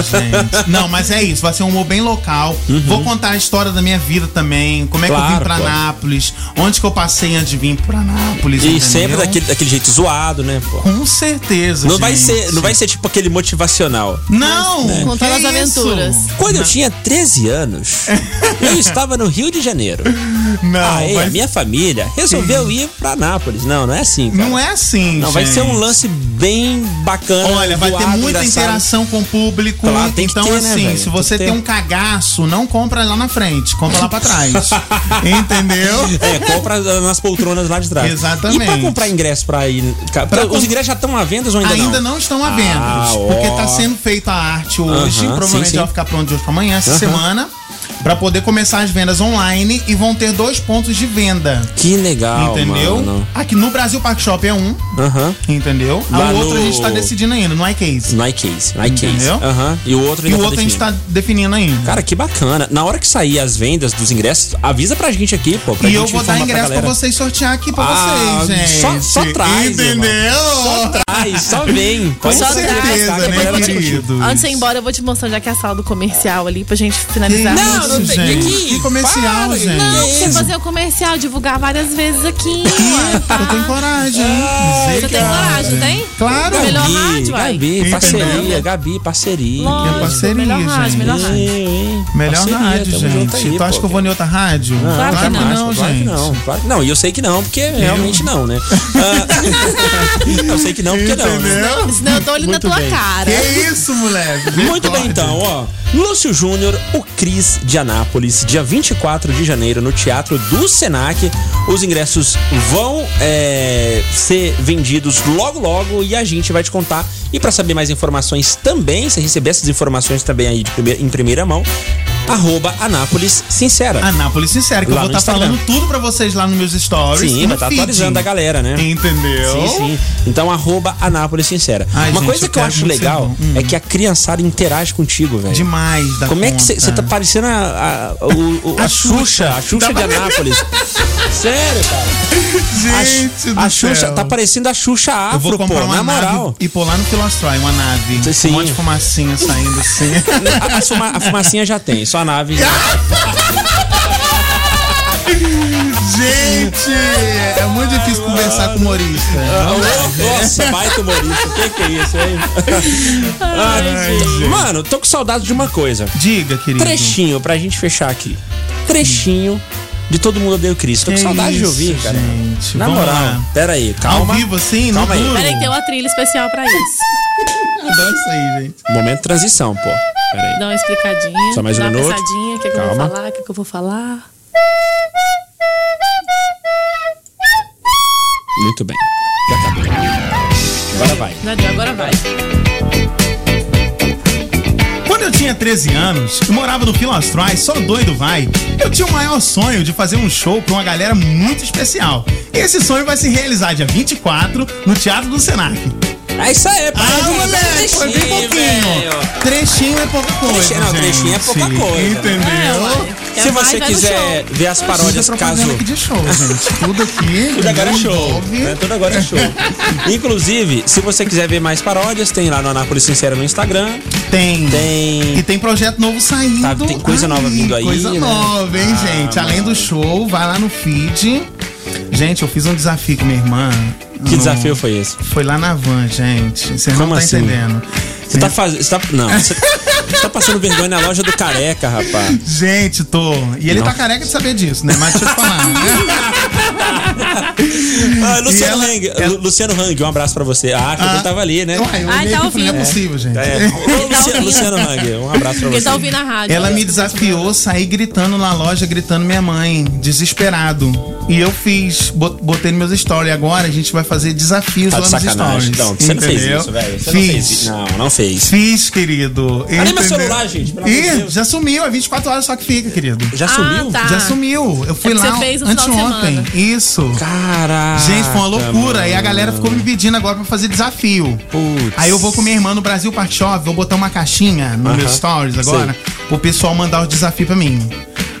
gente. Não, mas é isso. Vai ser um humor bem local. Vou contar a história da minha vida também. Como é que eu Uhum. Claro, vim pra pô. Anápolis. Onde que eu passei antes de vir pra Anápolis. E entendeu? sempre daquele, daquele jeito zoado, né, pô? Com certeza, Não vai, gente. ser, não vai ser tipo aquele motivacional. Não! Né? Contar que as aventuras. isso? Quando eu tinha 13 anos, eu estava no Rio de Janeiro. Não, Aí vai- a Ah, é, minha família resolveu ir pra Nápoles. Não, não é assim. cara. não é assim, Não, vai gente. ser um lance bem bacana. Olha, vai ter zoado, muita engraçado. interação com o público. Claro, tem que então, ter, né, assim, velho? se Tem você que tem ter. um cagaço, não compra lá na frente, compra lá pra trás. Entendeu? É, compra nas poltronas lá de trás. Exatamente. E pra comprar ingresso pra ir. ca- Pra os comp- ingressos já estão à venda ou ainda, Ainda não estão à venda. Ah, porque ó. tá sendo feita a arte hoje. Aham, provavelmente sim, sim. vai ficar pronto de hoje pra amanhã, essa Aham. semana. Pra poder começar as vendas online e vão ter dois pontos de venda. Que legal. entendeu? Ah, mano. Aqui no Brasil, Park Shop é um. Aham. Entendeu? Lá o outro no- a gente tá decidindo ainda, no iCase. No iCase. No iCase. Entendeu? Aham. E o outro E o ainda tá outro a gente definido. tá definindo ainda. Cara, que bacana. Na hora que sair as vendas dos ingressos, avisa pra gente aqui, pô. Pra E gente eu vou dar informar ingresso pra, galera. vocês sortear aqui pra Ah, vocês, gente. só- só traz, Entendeu? Só traz, só vem. Com Pode ser, certeza, tá? né, Depois ela te- queridos? Antes de ir embora, eu vou te mostrar já que é a sala do comercial ali pra gente finalizar. Não, Isso, não tem- gente. que- Que comercial, para, gente. Não, você Isso. fazer o comercial, divulgar várias vezes aqui. tá? Eu tenho coragem. hein? Você tem coragem, não tem? Claro. Melhor Gabi, rádio, uai. Gabi, Entendeu? então. parceria, Gabi, parceria. Lógico, parceria, melhor rádio, gente. melhor Ei, rádio. ei, Melhor parceria, rádio, tamo junto gente. aí, tu acha pô. que eu vou em outra rádio? Claro, que não, claro que gente. não, claro que não. E eu sei que não, porque realmente não, né? Ah, eu sei que não, porque não. né? Entendeu? Senão eu tô olhando na tua cara. Que isso, moleque? Muito bem, então, ó. Lúcio Júnior, o Cris de Anápolis, dia 24 de janeiro, no Teatro do Senac. Os ingressos vão é, ser vendidos logo, logo e a gente vai te contar. E pra saber mais informações também, se receber essas informações também aí de primeira- em primeira mão, arroba Anápolis Sincera. Anápolis Sincero, que Lá eu vou no estar Instagram. falando tudo pra vocês lá nos meus stories. Sim, e vai no estar feed. atualizando a galera, né? Entendeu? Sim, sim. Então, arroba Anápolis Sincera. Ai, Uma gente, coisa eu que eu quero acho muito legal ser bom. é que a criançada interage contigo, velho. Demais da Como é que conta. você tá parecendo a, a, o- o- A a Xuxa, a Xuxa de Tá- Anápolis? Sério, cara. A, Gente do a Xuxa, céu. tá parecendo a Xuxa Eu vou Afro, pô, comprar uma na nave moral. e pôr lá no Filostrói, uma nave. Sim. Um monte de fumacinha saindo assim. A, a fuma- a fumacinha já tem, só a nave. Gente, é muito difícil conversar com humorista. Ah. Nossa, baita humorista, que que é isso aí? Ah, Ai, gente. Hum. Mano, tô com saudade de uma coisa. Diga, querido. Trechinho, pra gente fechar aqui. Trechinho de Todo Mundo Odeia o Cris. Tô com Que saudade de isso, ouvir, cara. gente. Na Vamos moral, lá. pera aí, calma. Ao vivo assim, Calma no aí. duro. Peraí, que tem uma trilha especial pra isso. Dança aí, gente. Momento de transição, pô. Pera aí. Dá uma explicadinha, Só mais um dá uma minuto. pensadinha, o que, é que eu vou Calma. falar, o que, é que eu vou falar. Muito bem. Já acabou. Agora vai. Já deu, agora vai. Quando eu tinha 13 anos e morava no Filastrói, só doido vai, eu tinha o maior sonho de fazer um show pra uma galera muito especial. Esse sonho vai se realizar dia 24 no Teatro do Senac. É isso aí, para Ah, de moleque, foi bem pouquinho. é um velho. Trechinho é pouca coisa. Trechinho- não, gente. trechinho é pouca coisa, É, Entendeu? ué. Quer Se mais, você vai no quiser show. ver as paródias, Isso é caso. propaganda aqui de show, gente. Tudo aqui. Tudo agora é show. envolve- Né? Tudo agora é show. Inclusive, se você quiser ver mais paródias, tem lá no Anápolis Sincera no Instagram. Tem. Tem. E tem projeto novo saindo. Tá, tem coisa nova vindo aí, Coisa né? nova, hein, Ah, gente? Além mano. do show, vai lá no feed. Gente, eu fiz um desafio com minha irmã. Que no- desafio foi esse? Foi lá na van, gente. Você não Como tá assim? entendendo. Você tá fazendo. Você tá... Não, você você tá passando vergonha na loja do careca, rapaz. Gente, tô. E ele Não. tá careca de saber disso, né? Mas deixa eu te falar. né? Ah, Luciano, ela- Hang, ela- Lu- Luciano Hang, um abraço pra você. Ah, acho que eu tava ali, né? Uai, eu Ai, olhei tá aqui e falei, Não é ouvindo. possível, gente. É. Ô, tá Luciano, ouvindo. Luciano Hang, um abraço pra Porque você. tá ouvindo a rádio. Ela me desafiou sair gritando na loja, gritando minha mãe, desesperado. E eu fiz, bot- botei nos meus stories. Agora a gente vai fazer desafios Tá de lá nos sacanagem. stories. Não, você não fez entendeu? isso, velho. Você não fez Fiz. isso. Não, não fez. Fiz, querido. meu Entendeu? celular, gente, pelo amor de Ih, Deus. já sumiu, é 24 horas só que fica, querido. Já Ah, sumiu? tá. Já sumiu. Eu fui É porque lá você fez no final de anteontem. semana. Isso. Caraca. Gente, foi uma loucura. mano. E a galera ficou me pedindo agora pra fazer desafio. Putz. Aí eu vou com minha irmã no Brasil Park Shop, vou botar uma caixinha no Aham. meu stories agora pro pessoal mandar o desafio pra mim.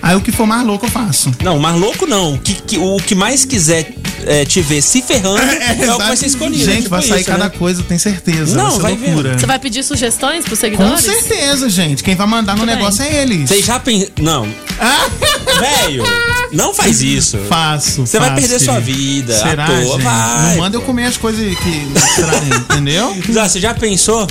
Aí o que for mais louco eu faço. Não, mas louco não. O que, que- o que mais quiser é, te ver se ferrando é, o que vai ser escolhido. Gente, Tipo vai sair isso, cada né? coisa, eu tenho certeza. Não, vai vai ser ver. loucura. Você vai pedir sugestões pros Com seguidores? certeza, gente. Quem vai mandar no Tudo negócio é eles. Você já pensa. Não. Velho, não faz isso. Faço. Você vai faço, perder sua querido. vida, Será, à toa, gente? vai. Não manda eu comer as coisas que trazem, entendeu? Já, você já pensou?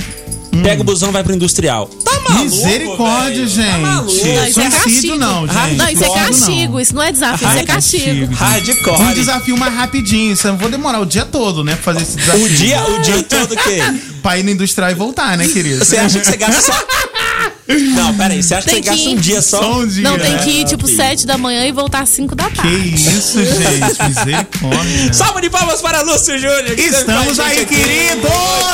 Pega o busão, vai pro industrial. Tá maluco, Misericórdia, velho. Tá maluco. gente. isso é Suicídio castigo. não, Ah, gente. Não, isso é Concordo, não. castigo. Isso não é desafio, isso é castigo. Hardcore. Um desafio mais rapidinho. Isso eu não vou demorar o dia todo, né? Pra fazer esse desafio. O dia, o dia todo que. Pra ir no industrial e voltar, né, querido? Você acha que você gasta só. Não, peraí, você acha que Tem você gasta que ir. um dia só? Só um dia. Não, tem né? que ir tipo 7 da manhã e voltar às 5 da Que tarde. isso, gente. Misericórdia. Salva de palmas para Lúcio Júnior. que é esteve com a Estamos gente aí, aqui. queridos!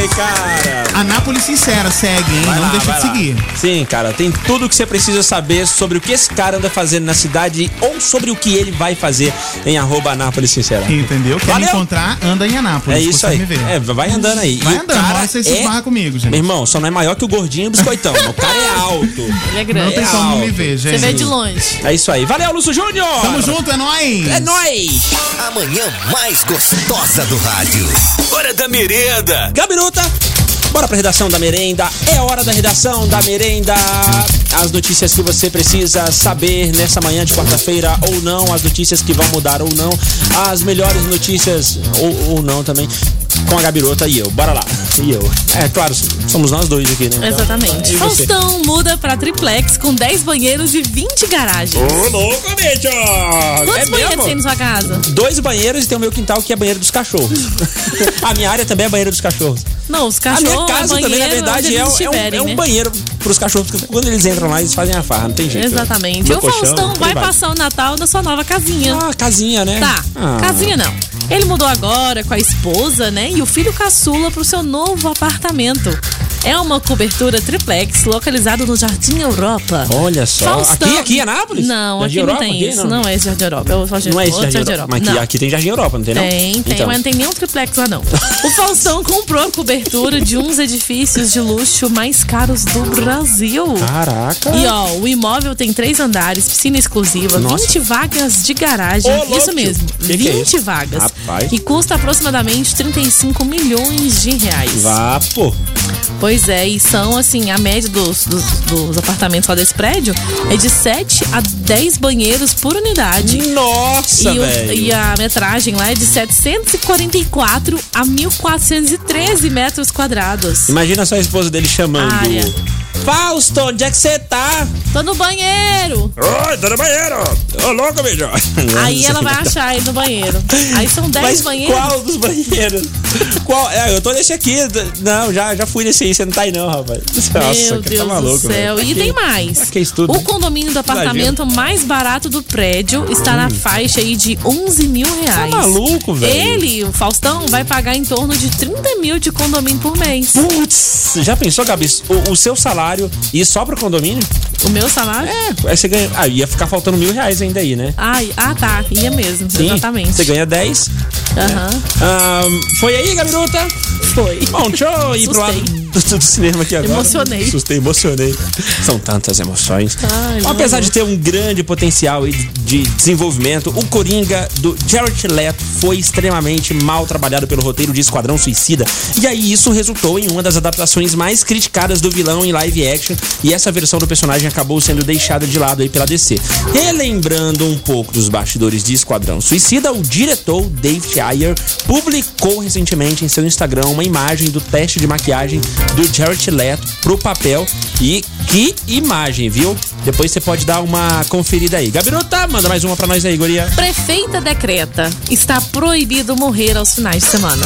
Ei, cara. Anápolis Sincera segue, hein? é Vai não lá, deixa vai de lá. seguir. Sim, cara, tem tudo que você precisa saber sobre o que esse cara anda fazendo na cidade ou sobre o que ele vai fazer em arroba Anápolis Sincera. Entendeu? Quer Valeu. me encontrar, anda em Anápolis. É isso você aí. Me ver. É, vai andando aí. Vai E o andando, uma cara hora você se é- esbarra comigo, gente. Meu irmão, só não é maior que o gordinho e o biscoitão. o cara é alto. Ele é Não grande. tem como não me alto. ver, gente. Você vê de longe. É isso aí. Valeu, Lúcio Júnior! Tamo junto, é nóis! É nóis! A manhã mais gostosa do rádio. Hora da merenda. Gabiruta. Bora pra redação da merenda. É hora da redação da merenda. As notícias que você precisa saber nessa manhã de quarta-feira ou não. As notícias que vão mudar ou não. As melhores notícias ou, ou não também. Com a Gabirota e eu. Bora lá. E eu. É claro, somos nós dois aqui, né? Então, Exatamente. e você? Faustão muda pra triplex com 10 banheiros e 20 garagens. Ô, louco, bicho! Quantos É banheiros mesmo? tem na sua casa? Dois banheiros e tem o meu quintal que é banheiro dos cachorros. a minha área também é banheiro dos cachorros. Não, os A minha cachorros, é casa banheiro, também, na verdade, é, onde eles um- é um, estiverem, é um né? banheiro pros cachorros, porque quando eles entram lá, eles fazem a farra, não tem jeito. né? Exatamente. Meu e o colchão, Faustão tudo vai passar o Natal na sua nova casinha. Ah, casinha, né? Tá, Ah. casinha não. Ele mudou agora com a esposa, né? E o filho caçula pro seu novo apartamento. É uma cobertura triplex localizado no Jardim Europa. Olha só. Faustão... Aqui, aqui em Anápolis? Não, Jardim aqui Europa, não tem aqui, isso. não. Não. é esse Jardim Europa. É o Jardim, Não é esse outro Jardim Europa. Mas aqui, Não. aqui tem Jardim Europa, não tem não? Tem, tem, Então, mas não tem nenhum triplex lá não. O Faustão comprou a cobertura de uns edifícios de luxo mais caros do Brasil. Caraca. E ó, o imóvel tem três andares, piscina exclusiva, Nossa. 20 vagas de garagem. Ô, louco. isso mesmo, Que que é 20 isso? vagas. Rapaz. E custa aproximadamente 35 milhões de reais. Vá, pô. Pois é, e são assim, a média dos, dos, dos apartamentos lá desse prédio é de 7 a 10 banheiros por unidade. E, Nossa, o- velho. e a metragem lá é de 744 a 1413 metros quadrados. Imagina só a esposa dele chamando. Área. Fausto, onde é que você tá? Tô no banheiro! Oi, tô no banheiro. Ô, louco, bicho. Aí ela tá vai achar ele no banheiro. Aí são 10 Mas banheiros. qual dos banheiros? Qual? É, eu tô nesse aqui. Não, já, já fui nesse aí. Você não tá aí não, rapaz. Meu cara, Deus tá maluco, do céu. velho. E tem mais. pra que isso tudo, o né? condomínio do apartamento mais barato do prédio está na faixa aí de 11 mil reais. Hum. Tá maluco, velho? Ele, o Faustão, vai pagar em torno de 30 mil de condomínio por mês. Putz, já pensou, Gabi? O, o seu salário ir só pro condomínio? O meu salário? É, aí você ganha. Ah, ia ficar faltando mil reais ainda aí, né? Ai, ah, tá. Ia mesmo. Exatamente. Você ganha 10. Aham. Ah, foi aí, Gabiruta? Foi. Bom, deixa eu ir pro lado Assustei. do, do cinema aqui agora. Emocionei. Assustei, emocionei. São tantas emoções. Ai, meu Apesar de ter um grande potencial e de desenvolvimento, o Coringa do Jared Leto foi extremamente mal trabalhado pelo roteiro de Esquadrão Suicida. E aí isso resultou em uma das adaptações mais criticadas do vilão em live action. E essa versão do personagem acabou sendo deixada de lado aí pela DC. Relembrando um pouco dos bastidores de Esquadrão Suicida, o diretor David Ayer publicou recentemente em seu Instagram uma imagem do teste de maquiagem do Jared Leto pro papel. E que imagem, viu? Depois você pode dar uma conferida aí. Gabirota, manda mais uma pra nós aí, guria. Prefeita decreta: está proibido morrer aos finais de semana.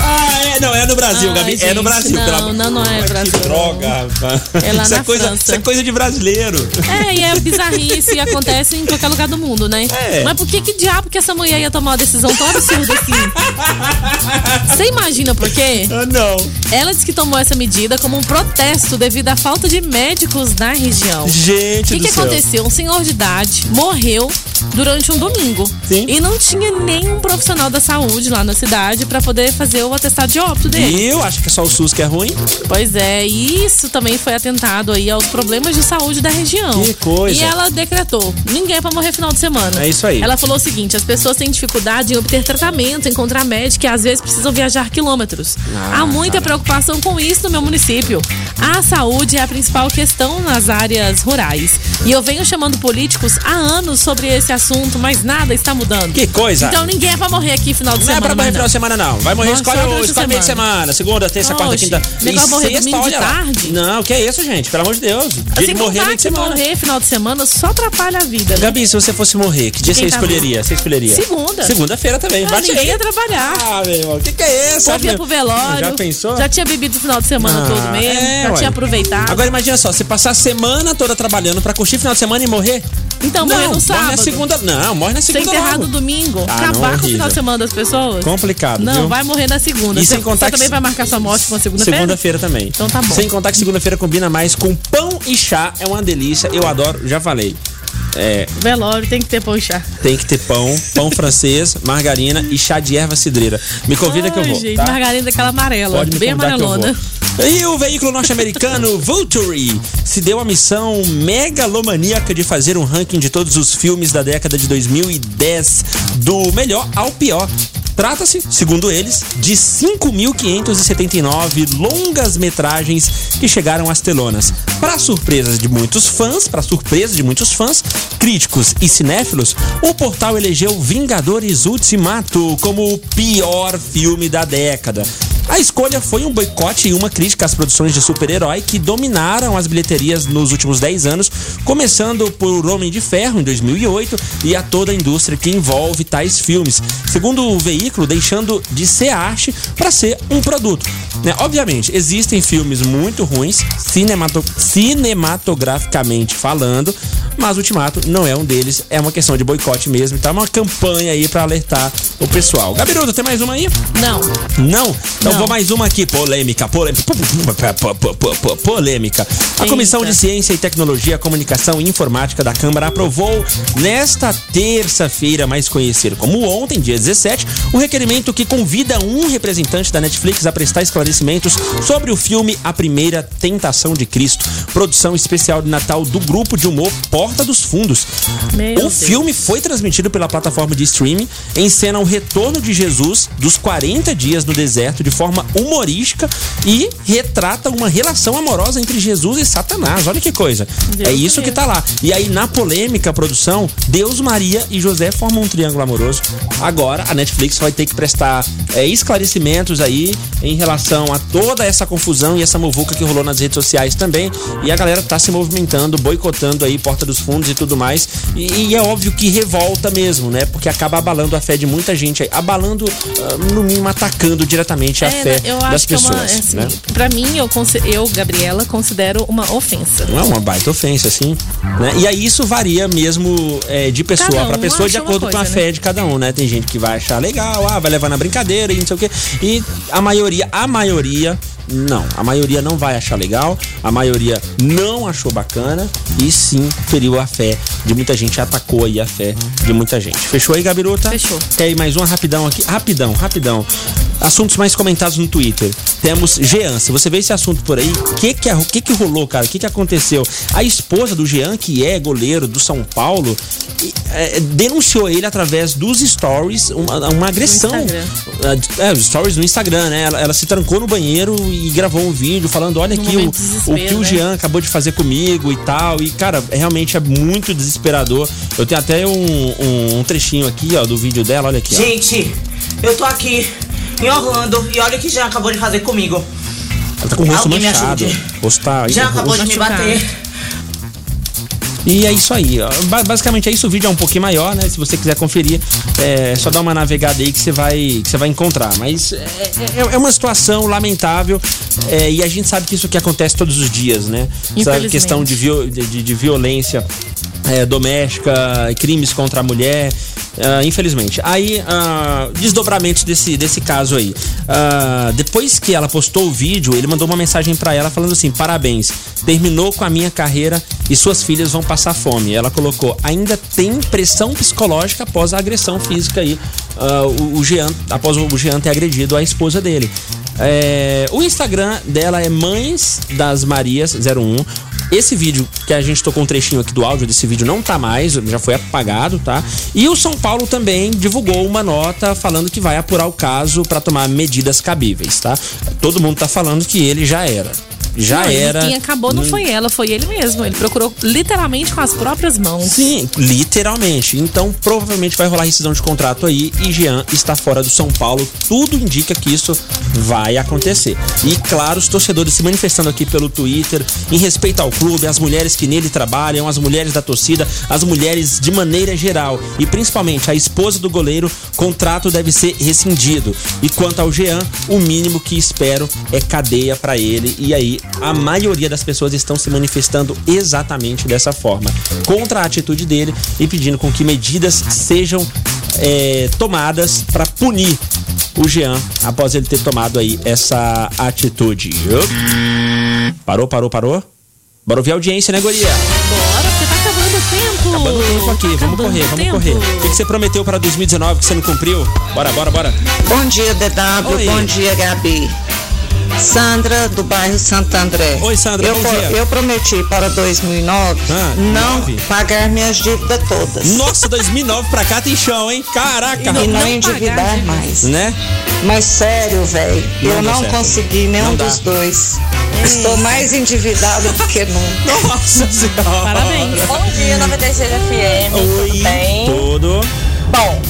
Ah, é, não, é no Brasil, Ai, Gabi. é gente, no Brasil. não, pelo amor- não, não é Que Brasil. droga, rapaz. É lá isso, é na coisa, França. isso é coisa de brasileiro. É, e é bizarrice e acontece em qualquer lugar do mundo, né? É. Mas por que, que diabo que essa mulher ia tomar uma decisão tão absurda assim? Você imagina por quê? Ah, não. Ela disse que tomou essa medida como um protesto devido à falta de médicos na região. O Gente que, do que céu. aconteceu? Um senhor de idade morreu durante um domingo. Sim. E não tinha nenhum profissional da saúde lá na cidade pra poder fazer o atestado de óbito dele. E eu acho que é só o SUS que é ruim. Pois é, e isso também foi atentado aí aos problemas de saúde da região. Que coisa. E ela decretou, ninguém é pra morrer final de semana. É isso aí. Ela falou o seguinte, as pessoas têm dificuldade em obter tratamento, encontrar médico e às vezes precisam viajar quilômetros. Ah, Há muita preocupação com isso no meu município. A saúde é a principal questão nas áreas rurais. E eu venho chamando políticos há anos sobre esse assunto, mas nada está mudando. Que coisa. Então ninguém é pra morrer aqui final de não é semana. pra morrer mais final de semana, não. Vai morrer, Não, escolhe, só o- durante a escolhe meio de semana. Segunda, terça, quarta, Oxe, quinta. negócio e morrer sexta, domingo de olha lá. tarde. Não, que é isso, gente? Pelo amor de Deus. Dia Sem de morrer contar nem de que semana. morrer final de semana só atrapalha a vida. né? Gabi, se você fosse morrer, que dia Quem você tá escolheria? Você escolheria? Segunda. Segunda-feira também. Ah, Bate ninguém aí. ia trabalhar. Ah, meu irmão, o que, que é O isso? povo ia pro velório. Já pensou? Já tinha bebido o final de semana Ah, todo mesmo. é, já ué. tinha aproveitado. Agora imagina só, você passar a semana toda trabalhando pra curtir o final de semana e morrer? então, morrer no Morre sábado. na segunda. Não, morre na Ser segunda. enterrado logo. domingo. Ah, não, acabar com o horrível. final de semana das pessoas. Complicado, Não, viu? vai morrer na segunda. E Você- sem contar Você que- também vai marcar sua morte com a segunda-feira? Segunda-feira também. Então tá bom. Sem contar que segunda-feira combina mais com pão e chá. É uma delícia. Eu adoro, já falei. É, Velório tem que ter pão e chá. tem que ter pão, pão francês, margarina e chá de erva cidreira. Me convida que eu Ai, vou. gente, tá? margarina daquela amarela. Pode me bem convidar que eu amarelona. vou. E o veículo norte-americano Vulture se deu a missão megalomaníaca de fazer um ranking de todos os filmes da década de 2010, do melhor ao pior. Trata-se, segundo eles, de 5.579 longas metragens que chegaram às telonas. Para surpresa de muitos fãs, para surpresa de muitos fãs, críticos e cinéfilos, o portal elegeu Vingadores Ultimato como o pior filme da década. A escolha foi um boicote e uma crítica às produções de super-herói que dominaram as bilheterias nos últimos 10 anos, começando por Homem de Ferro em 2008 e a toda a indústria que envolve tais filmes, segundo o veículo, deixando de ser arte para ser um produto. né? Obviamente, existem filmes muito ruins, cinemato- cinematograficamente falando, mas Ultimato não é um deles, é uma questão de boicote mesmo, então é uma campanha aí para alertar o pessoal. Gabirudo, tem mais uma aí? Não. Não? Então Não. vou mais uma aqui, polêmica, polêmica, po- po- po- po- po- polêmica. A Eita. Comissão de Ciência e Tecnologia, Comunicação e Informática da Câmara aprovou nesta terça-feira, mais conhecido como ontem, dia 17, um requerimento que convida um representante da Netflix a prestar esclarecimentos sobre o filme A Primeira Tentação de Cristo, produção especial de Natal do grupo de humor Porta dos Fundos. Meu o Deus. filme filme foi transmitido pela plataforma de streaming, encena o retorno de Jesus dos 40 dias no deserto de forma humorística e retrata uma relação amorosa entre Jesus e Satanás. Olha que coisa. Deus é isso que me tá lá. E aí, na polêmica produção, Deus, Maria e José formam um triângulo amoroso. Agora, a Netflix vai ter que prestar é, esclarecimentos aí em relação a toda essa confusão e essa muvuca que rolou nas redes sociais também. E a galera tá se movimentando, boicotando aí Porta dos Fundos e tudo mais. E, e é óbvio que revolta mesmo, né? Porque acaba abalando a fé de muita gente aí. Abalando, ah, no mínimo, atacando diretamente a É, fé eu das acho que é pessoas. uma. é Assim, né? Pra mim, eu, conse- eu, Gabriela, considero uma ofensa. Não é uma baita ofensa, assim. Né? E aí isso varia mesmo é, de pessoa Cada um pra pessoa, de acha uma acordo com a coisa, fé de cada um, né? Tem gente que vai achar legal, ah, vai levar na brincadeira e não sei o quê. E a maioria, a maioria, não. A maioria não vai achar legal, a maioria não achou bacana e sim feriu a fé de muita gente, atacou aí a fé de muita gente. Fechou aí, Gabiruta? Fechou. Quer ir mais uma rapidão aqui? Rapidão, rapidão. Assuntos mais comentados no Twitter. Temos Jean. Se você vê esse assunto por aí, o que que, é- que que rolou, cara? O que que aconteceu? A esposa do Jean, que é goleiro do São Paulo, e, é, denunciou ele através dos stories, uma, uma agressão. Instagram. É, os stories no Instagram, né? Ela, ela se trancou no banheiro e gravou um vídeo falando: olha Num aqui o, momento de o desespero, que o né? Jean acabou de fazer comigo e tal. E, cara, realmente é muito desesperador. Eu tenho até um, um- um trechinho aqui, ó, do vídeo dela, olha aqui. ó. Gente, eu tô aqui em Orlando. E olha o que já acabou de fazer comigo. Ela tá com o rosto Alguém me manchado. ajude. O rosto tá. Já o acabou de rosto- me bater. E é isso aí. ó. Ba- Basicamente é isso. O vídeo é um pouquinho maior, né? Se você quiser conferir, é só dá uma navegada aí que você vai, que você vai encontrar. Mas é, é- é uma situação lamentável é, e a gente sabe que isso que acontece todos os dias, né? Essa Infelizmente. questão de, viol- de- de- de violência é, doméstica, crimes contra a mulher. ah, infelizmente. Aí, ah, desdobramentos desse, desse caso aí. Ah, depois que ela postou o vídeo, ele mandou uma mensagem pra ela falando assim: parabéns, terminou com a minha carreira e suas filhas vão passar fome. Ela colocou: ainda tem pressão psicológica após a agressão física aí. ah, o, o Jean, após o Jean ter agredido a esposa dele. É, o Instagram dela é Mães das Marias 01. Esse vídeo que a gente tocou um trechinho aqui do áudio desse vídeo não tá mais, já foi apagado, tá? E o São Paulo também divulgou uma nota falando que vai apurar o caso pra tomar medidas cabíveis, tá? Todo mundo tá falando que ele já era. Já Não, e Ah, era. um Hum. Quem acabou não foi ela, foi ele mesmo. Ele procurou literalmente com as próprias mãos. Sim, literalmente. Então, provavelmente vai rolar rescisão de contrato aí e Jean está fora do São Paulo. Tudo indica que isso vai acontecer. E claro, os torcedores se manifestando aqui pelo Twitter em respeito ao clube, as mulheres que nele trabalham, as mulheres da torcida, as mulheres de maneira geral e principalmente a esposa do goleiro, contrato deve ser rescindido. E quanto ao Jean, o mínimo que espero é cadeia pra ele. E aí, a maioria das pessoas estão se manifestando exatamente dessa forma, contra a atitude dele e pedindo com que medidas sejam é, tomadas pra punir o Jean após ele ter tomado aí essa atitude. Op. Parou, parou, parou? Bora ouvir a audiência, né, Goria? Bora, porque tá acabando o tempo. Acabando o tempo aqui, Tá vamos acabando correr, o vamos tempo. correr. O que que você prometeu pra 2019 que você não cumpriu? Bora, bora, bora. Bom dia, DW. Oi. Bom dia, Gabi. Sandra, do bairro Santo André. Oi, Sandra, eu, bom pro- dia. eu prometi para 2009 Ah, não nove. pagar minhas dívidas todas. Nossa, 2009 pra cá tem chão, hein? Caraca, E não, não pagar endividar dívidas. mais. né? Mas sério, velho, Não eu dá não certo. consegui nenhum Não dá. dos dois. Estou mais endividada do que nunca. Nossa senhora. Parabéns. Ah, Bom dia, 96 FM, tudo bem? Tudo. Bom,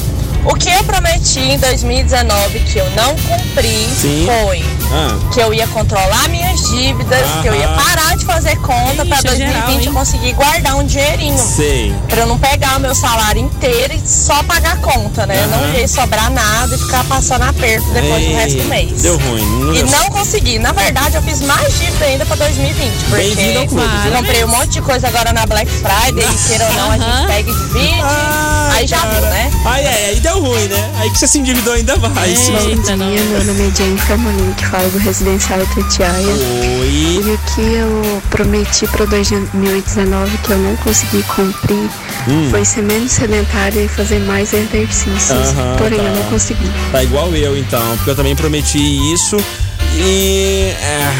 o que eu prometi em 2019 que eu não cumpri Sim. foi Ah, que eu ia controlar minhas dívidas, que eu ia Aham. parar de fazer conta para Ixi, é geral, 2020 hein? eu conseguir guardar um dinheirinho. sei. Pra eu não pegar o meu salário inteiro e só pagar a conta, né? Eu Aham. não ia sobrar nada e ficar passando aperto depois do resto do mês. Deu ruim. Não E deu certo. não consegui. Na verdade, eu fiz mais dívida ainda pra 2020. Bem-vindo ao Porque clube, viu? comprei um monte de coisa agora na Black Friday. E queira ou não, a Aham. gente pega e divide. Ai, Aí já cara. viu, né? É. Ai, é, aí deu ruim, né? Aí que você se endividou ainda mais. Eita, não. Meu nome é Jennifer Monique, falo do Residencial Itutiaia. Oi. E o que eu prometi para 2019 que eu não consegui cumprir Hum. foi ser menos sedentária e fazer mais exercícios. Aham, Porém, eu tá. não consegui. Tá igual eu, então, porque eu também prometi isso e é,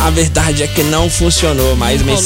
a verdade é que não funcionou. Mais Não rolou.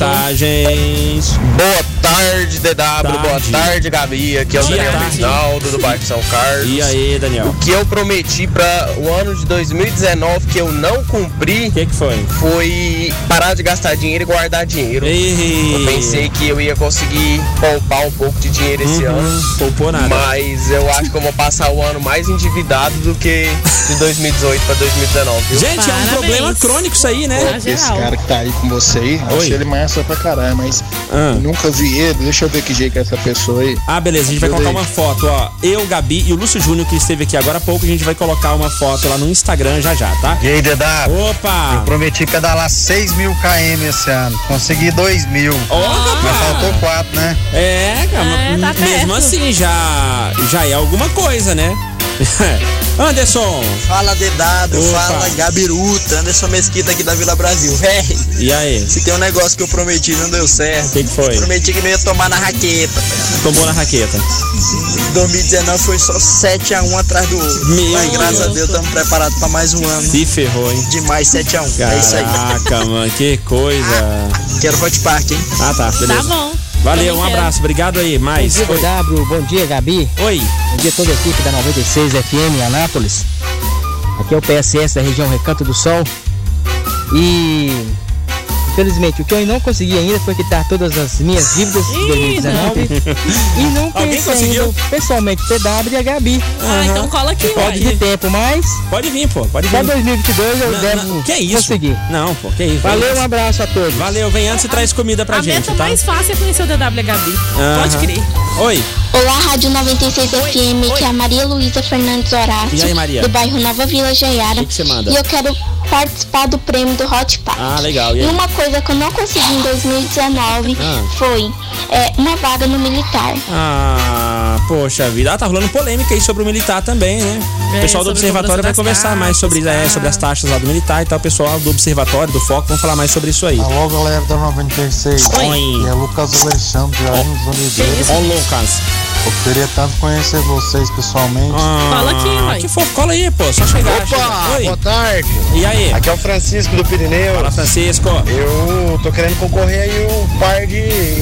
mensagens. Boa tarde, DW. Boa Tarde. tarde, Gabi. Aqui é o Dia Daniel tarde. Reginaldo, do bairro São Carlos. E aí, Daniel? O que eu prometi para o ano de 2019 que eu não cumpri O que, que foi? foi parar de gastar dinheiro e guardar dinheiro. Eu Ei. pensei que eu ia conseguir poupar um pouco de dinheiro esse ano. Uhum, poupou nada. Mas eu acho que eu vou passar o ano mais endividado do que de 2018 para 2019, viu? Gente, é Parabéns. um problema crônico isso aí, né? Tá geral. que tá aí com você aí, Oi. achei ele massa pra caralho, mas Ah. nunca vi ele. Deixa eu ver que jeito é essa pessoa aí. Ah, beleza, a gente vai colocar uma foto, ó. Eu, Gabi e o Lúcio Júnior, que esteve aqui agora há pouco, a gente vai colocar uma foto lá no Instagram já já, tá? E aí, DW? Opa! Prometi pedalar 6 mil km esse ano. Consegui 2 mil. Ó, Mas rapaz! faltou 4, né? É, cara, É, tá mas mesmo perto. assim já, já é alguma coisa, né? Anderson, Fala, dedado, Opa. fala, Gabiruta, Anderson Mesquita aqui da Vila Brasil. Véi, e aí? se tem um negócio que eu prometi e não deu certo. O que, que foi? Prometi que não ia tomar na raqueta. Tomou na raqueta. 2019 foi só 7x1 atrás do outro. Meu Mas graças a Deus. Deus estamos preparados para mais um ano. Se ferrou, hein? De mais 7x1. É isso aí. Caraca, mano, que coisa. Quero Hot Park, hein? Ah, tá, Tá beleza. bom. Valeu, Também um quero. abraço, obrigado aí. Mais. Oi. W, bom dia, Gabi. Oi. Bom dia a toda a equipe da 96 FM Anápolis. Aqui é o PSS da região Recanto do Sol. E Felizmente, o que eu não consegui ainda foi quitar todas as minhas dívidas de 2019. E não conheci ainda pessoalmente o PW e a Gabi. Ah, então cola aqui, Pode de tempo, mas. Pode vir, pô. Pode vir. Até 2022 eu Não, devo não, que é isso? conseguir. Não, pô, que é isso. Valeu, Vem um abraço a todos. Valeu, vem antes e traz comida pra a gente, meta tá? mais fácil é conhecer o DW Gabi. Aham. Pode crer. Oi. Olá, Rádio 96 FM, que é a Maria Luísa Fernandes Horácio, E aí, Maria? do bairro Nova Vila Jaiara. Que que você manda? E eu quero participar do prêmio do Hot Pack. Ah, legal. E E aí? uma coisa que eu não consegui em 2019 Ah. foi é, uma vaga no militar. Ah, poxa vida. Ah, tá rolando polêmica aí sobre o militar também, né? É, o pessoal sobre do o observatório cobrança vai das conversar mais sobre, isso, é, sobre as taxas lá do militar e tal. O pessoal do observatório, do foco, vão falar mais sobre isso aí. Alô, galera da 96. Oi. É Lucas Alexandre, de Arins Oliveira. Ô, Lucas. Eu queria tanto conhecer vocês pessoalmente. Fala aqui, vai. Que fofo, cola aí, pô. Só chegar. Opa, Ah, boa tarde. E aí? Aqui é o Francisco do Pirineu. Fala, Francisco. Eu tô querendo concorrer aí um par de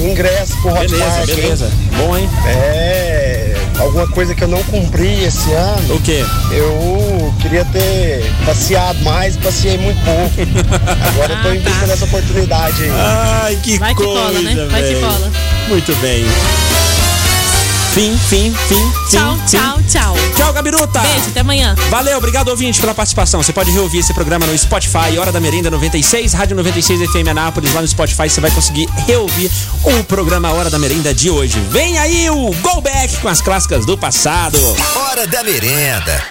ingressos pro Hot Beleza, Park, beleza. hein? Bom, hein? É. Alguma coisa que eu não cumpri esse ano. O quê? Eu queria ter passeado mais, passeei muito pouco. Agora eu tô em busca dessa oportunidade aí. Ai, que Vai coisa, né? velho. Muito bem. Fim, fim, fim, fim. Tchau, fim. tchau, tchau. Tchau, Gabiruta. Beijo, até amanhã. Valeu, obrigado ouvinte pela participação. Você pode reouvir esse programa no Spotify, Hora da Merenda 96, Rádio 96 FM Anápolis. Lá no Spotify você vai conseguir reouvir o programa Hora da Merenda de hoje. Vem aí o Go Back com as clássicas do passado. Hora da merenda.